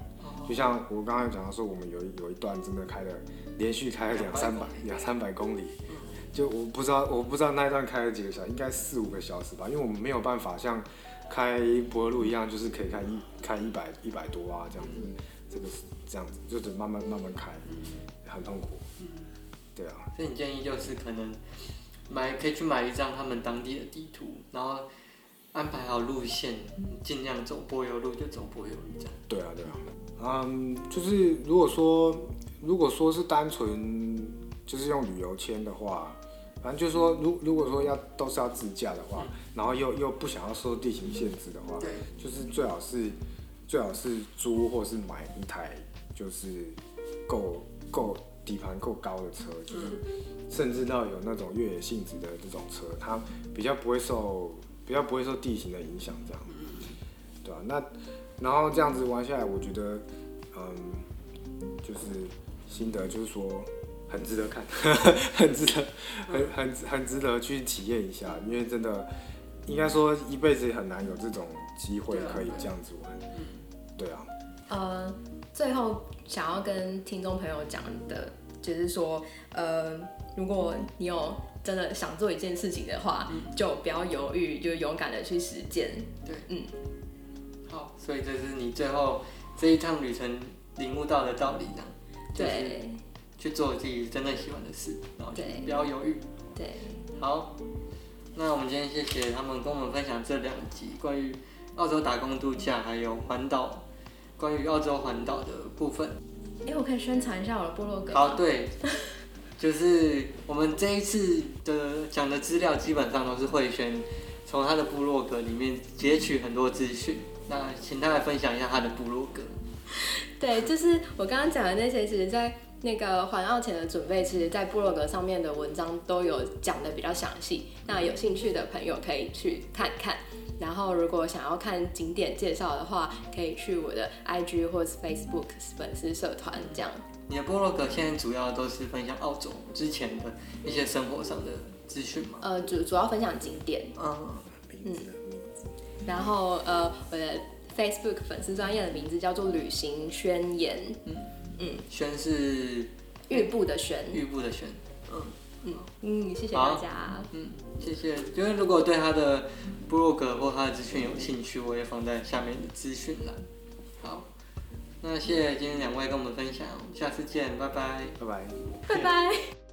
就像我刚刚有讲到说，我们有一有一段真的开了，连续开了两三百两三百公里，嗯就我不知道我不知道那一段开了几个小时，应该四五个小时吧，因为我们没有办法像开柏路一样，就是可以开一开一百一百多啊这样子，这个是这样子，就得慢慢慢慢开，很痛苦。对啊，
所以你建议就是可能买可以去买一张他们当地的地图，然后安排好路线，尽量走柏油路就走柏油路这样。
对啊，对啊，嗯，就是如果说如果说是单纯就是用旅游签的话，反正就是说，如如果说要都是要自驾的话，然后又又不想要受地形限制的话，
对，
就是最好是最好是租或是买一台就是够够底盘够高的车，就是
嗯
甚至到有那种越野性质的这种车，它比较不会受比较不会受地形的影响，这样，对啊，那然后这样子玩下来，我觉得，嗯，就是心得就是说很值得看， 很值得，很很很值得去体验一下，因为真的应该说一辈子也很难有这种机会
对啊
可以这样子玩，
嗯
对啊，
呃，最后想要跟听众朋友讲的，就是说，呃，如果你有真的想做一件事情的话，就不要犹豫，就勇敢的去实践。
好，所以这是你最后这一趟旅程领悟到的道理，这样就是
对
去做自己真正喜欢的事，然后就
对
不要犹豫。
对，
好，那我们今天谢谢他们跟我们分享这两集关于澳洲打工度假，还有环岛，关于澳洲环岛的部分。
哎、我可以宣传一下我的部落格
好，
吗？
对，就是我们这一次的讲的资料基本上都是慧轩从他的部落格里面截取很多资讯，那请他来分享一下他的部落格。
对，就是我刚刚讲的那些，其实，在那个环澳前的准备，其实，在部落格上面的文章都有讲的比较详细。那有兴趣的朋友可以去看看。然后，如果想要看景点介绍的话，可以去我的 IG 或是 Facebook 粉丝社团这样。
你的部落格现在主要都是分享澳洲之前的一些生活上的资讯吗？
呃，主主要分享景点，
嗯，
名字名字
然后呃，我的 Facebook 粉丝专业的名字叫做“旅行宣言
哎宣是”，
玉部的宣。
玉部的宣。
嗯，谢谢
好
大家。
嗯，谢谢。因为如果对他的部落格或他的资讯有兴趣，我也放在下面的资讯栏。好，那谢谢今天两位跟我们分享，我们下次见，拜拜。
拜拜。
拜拜。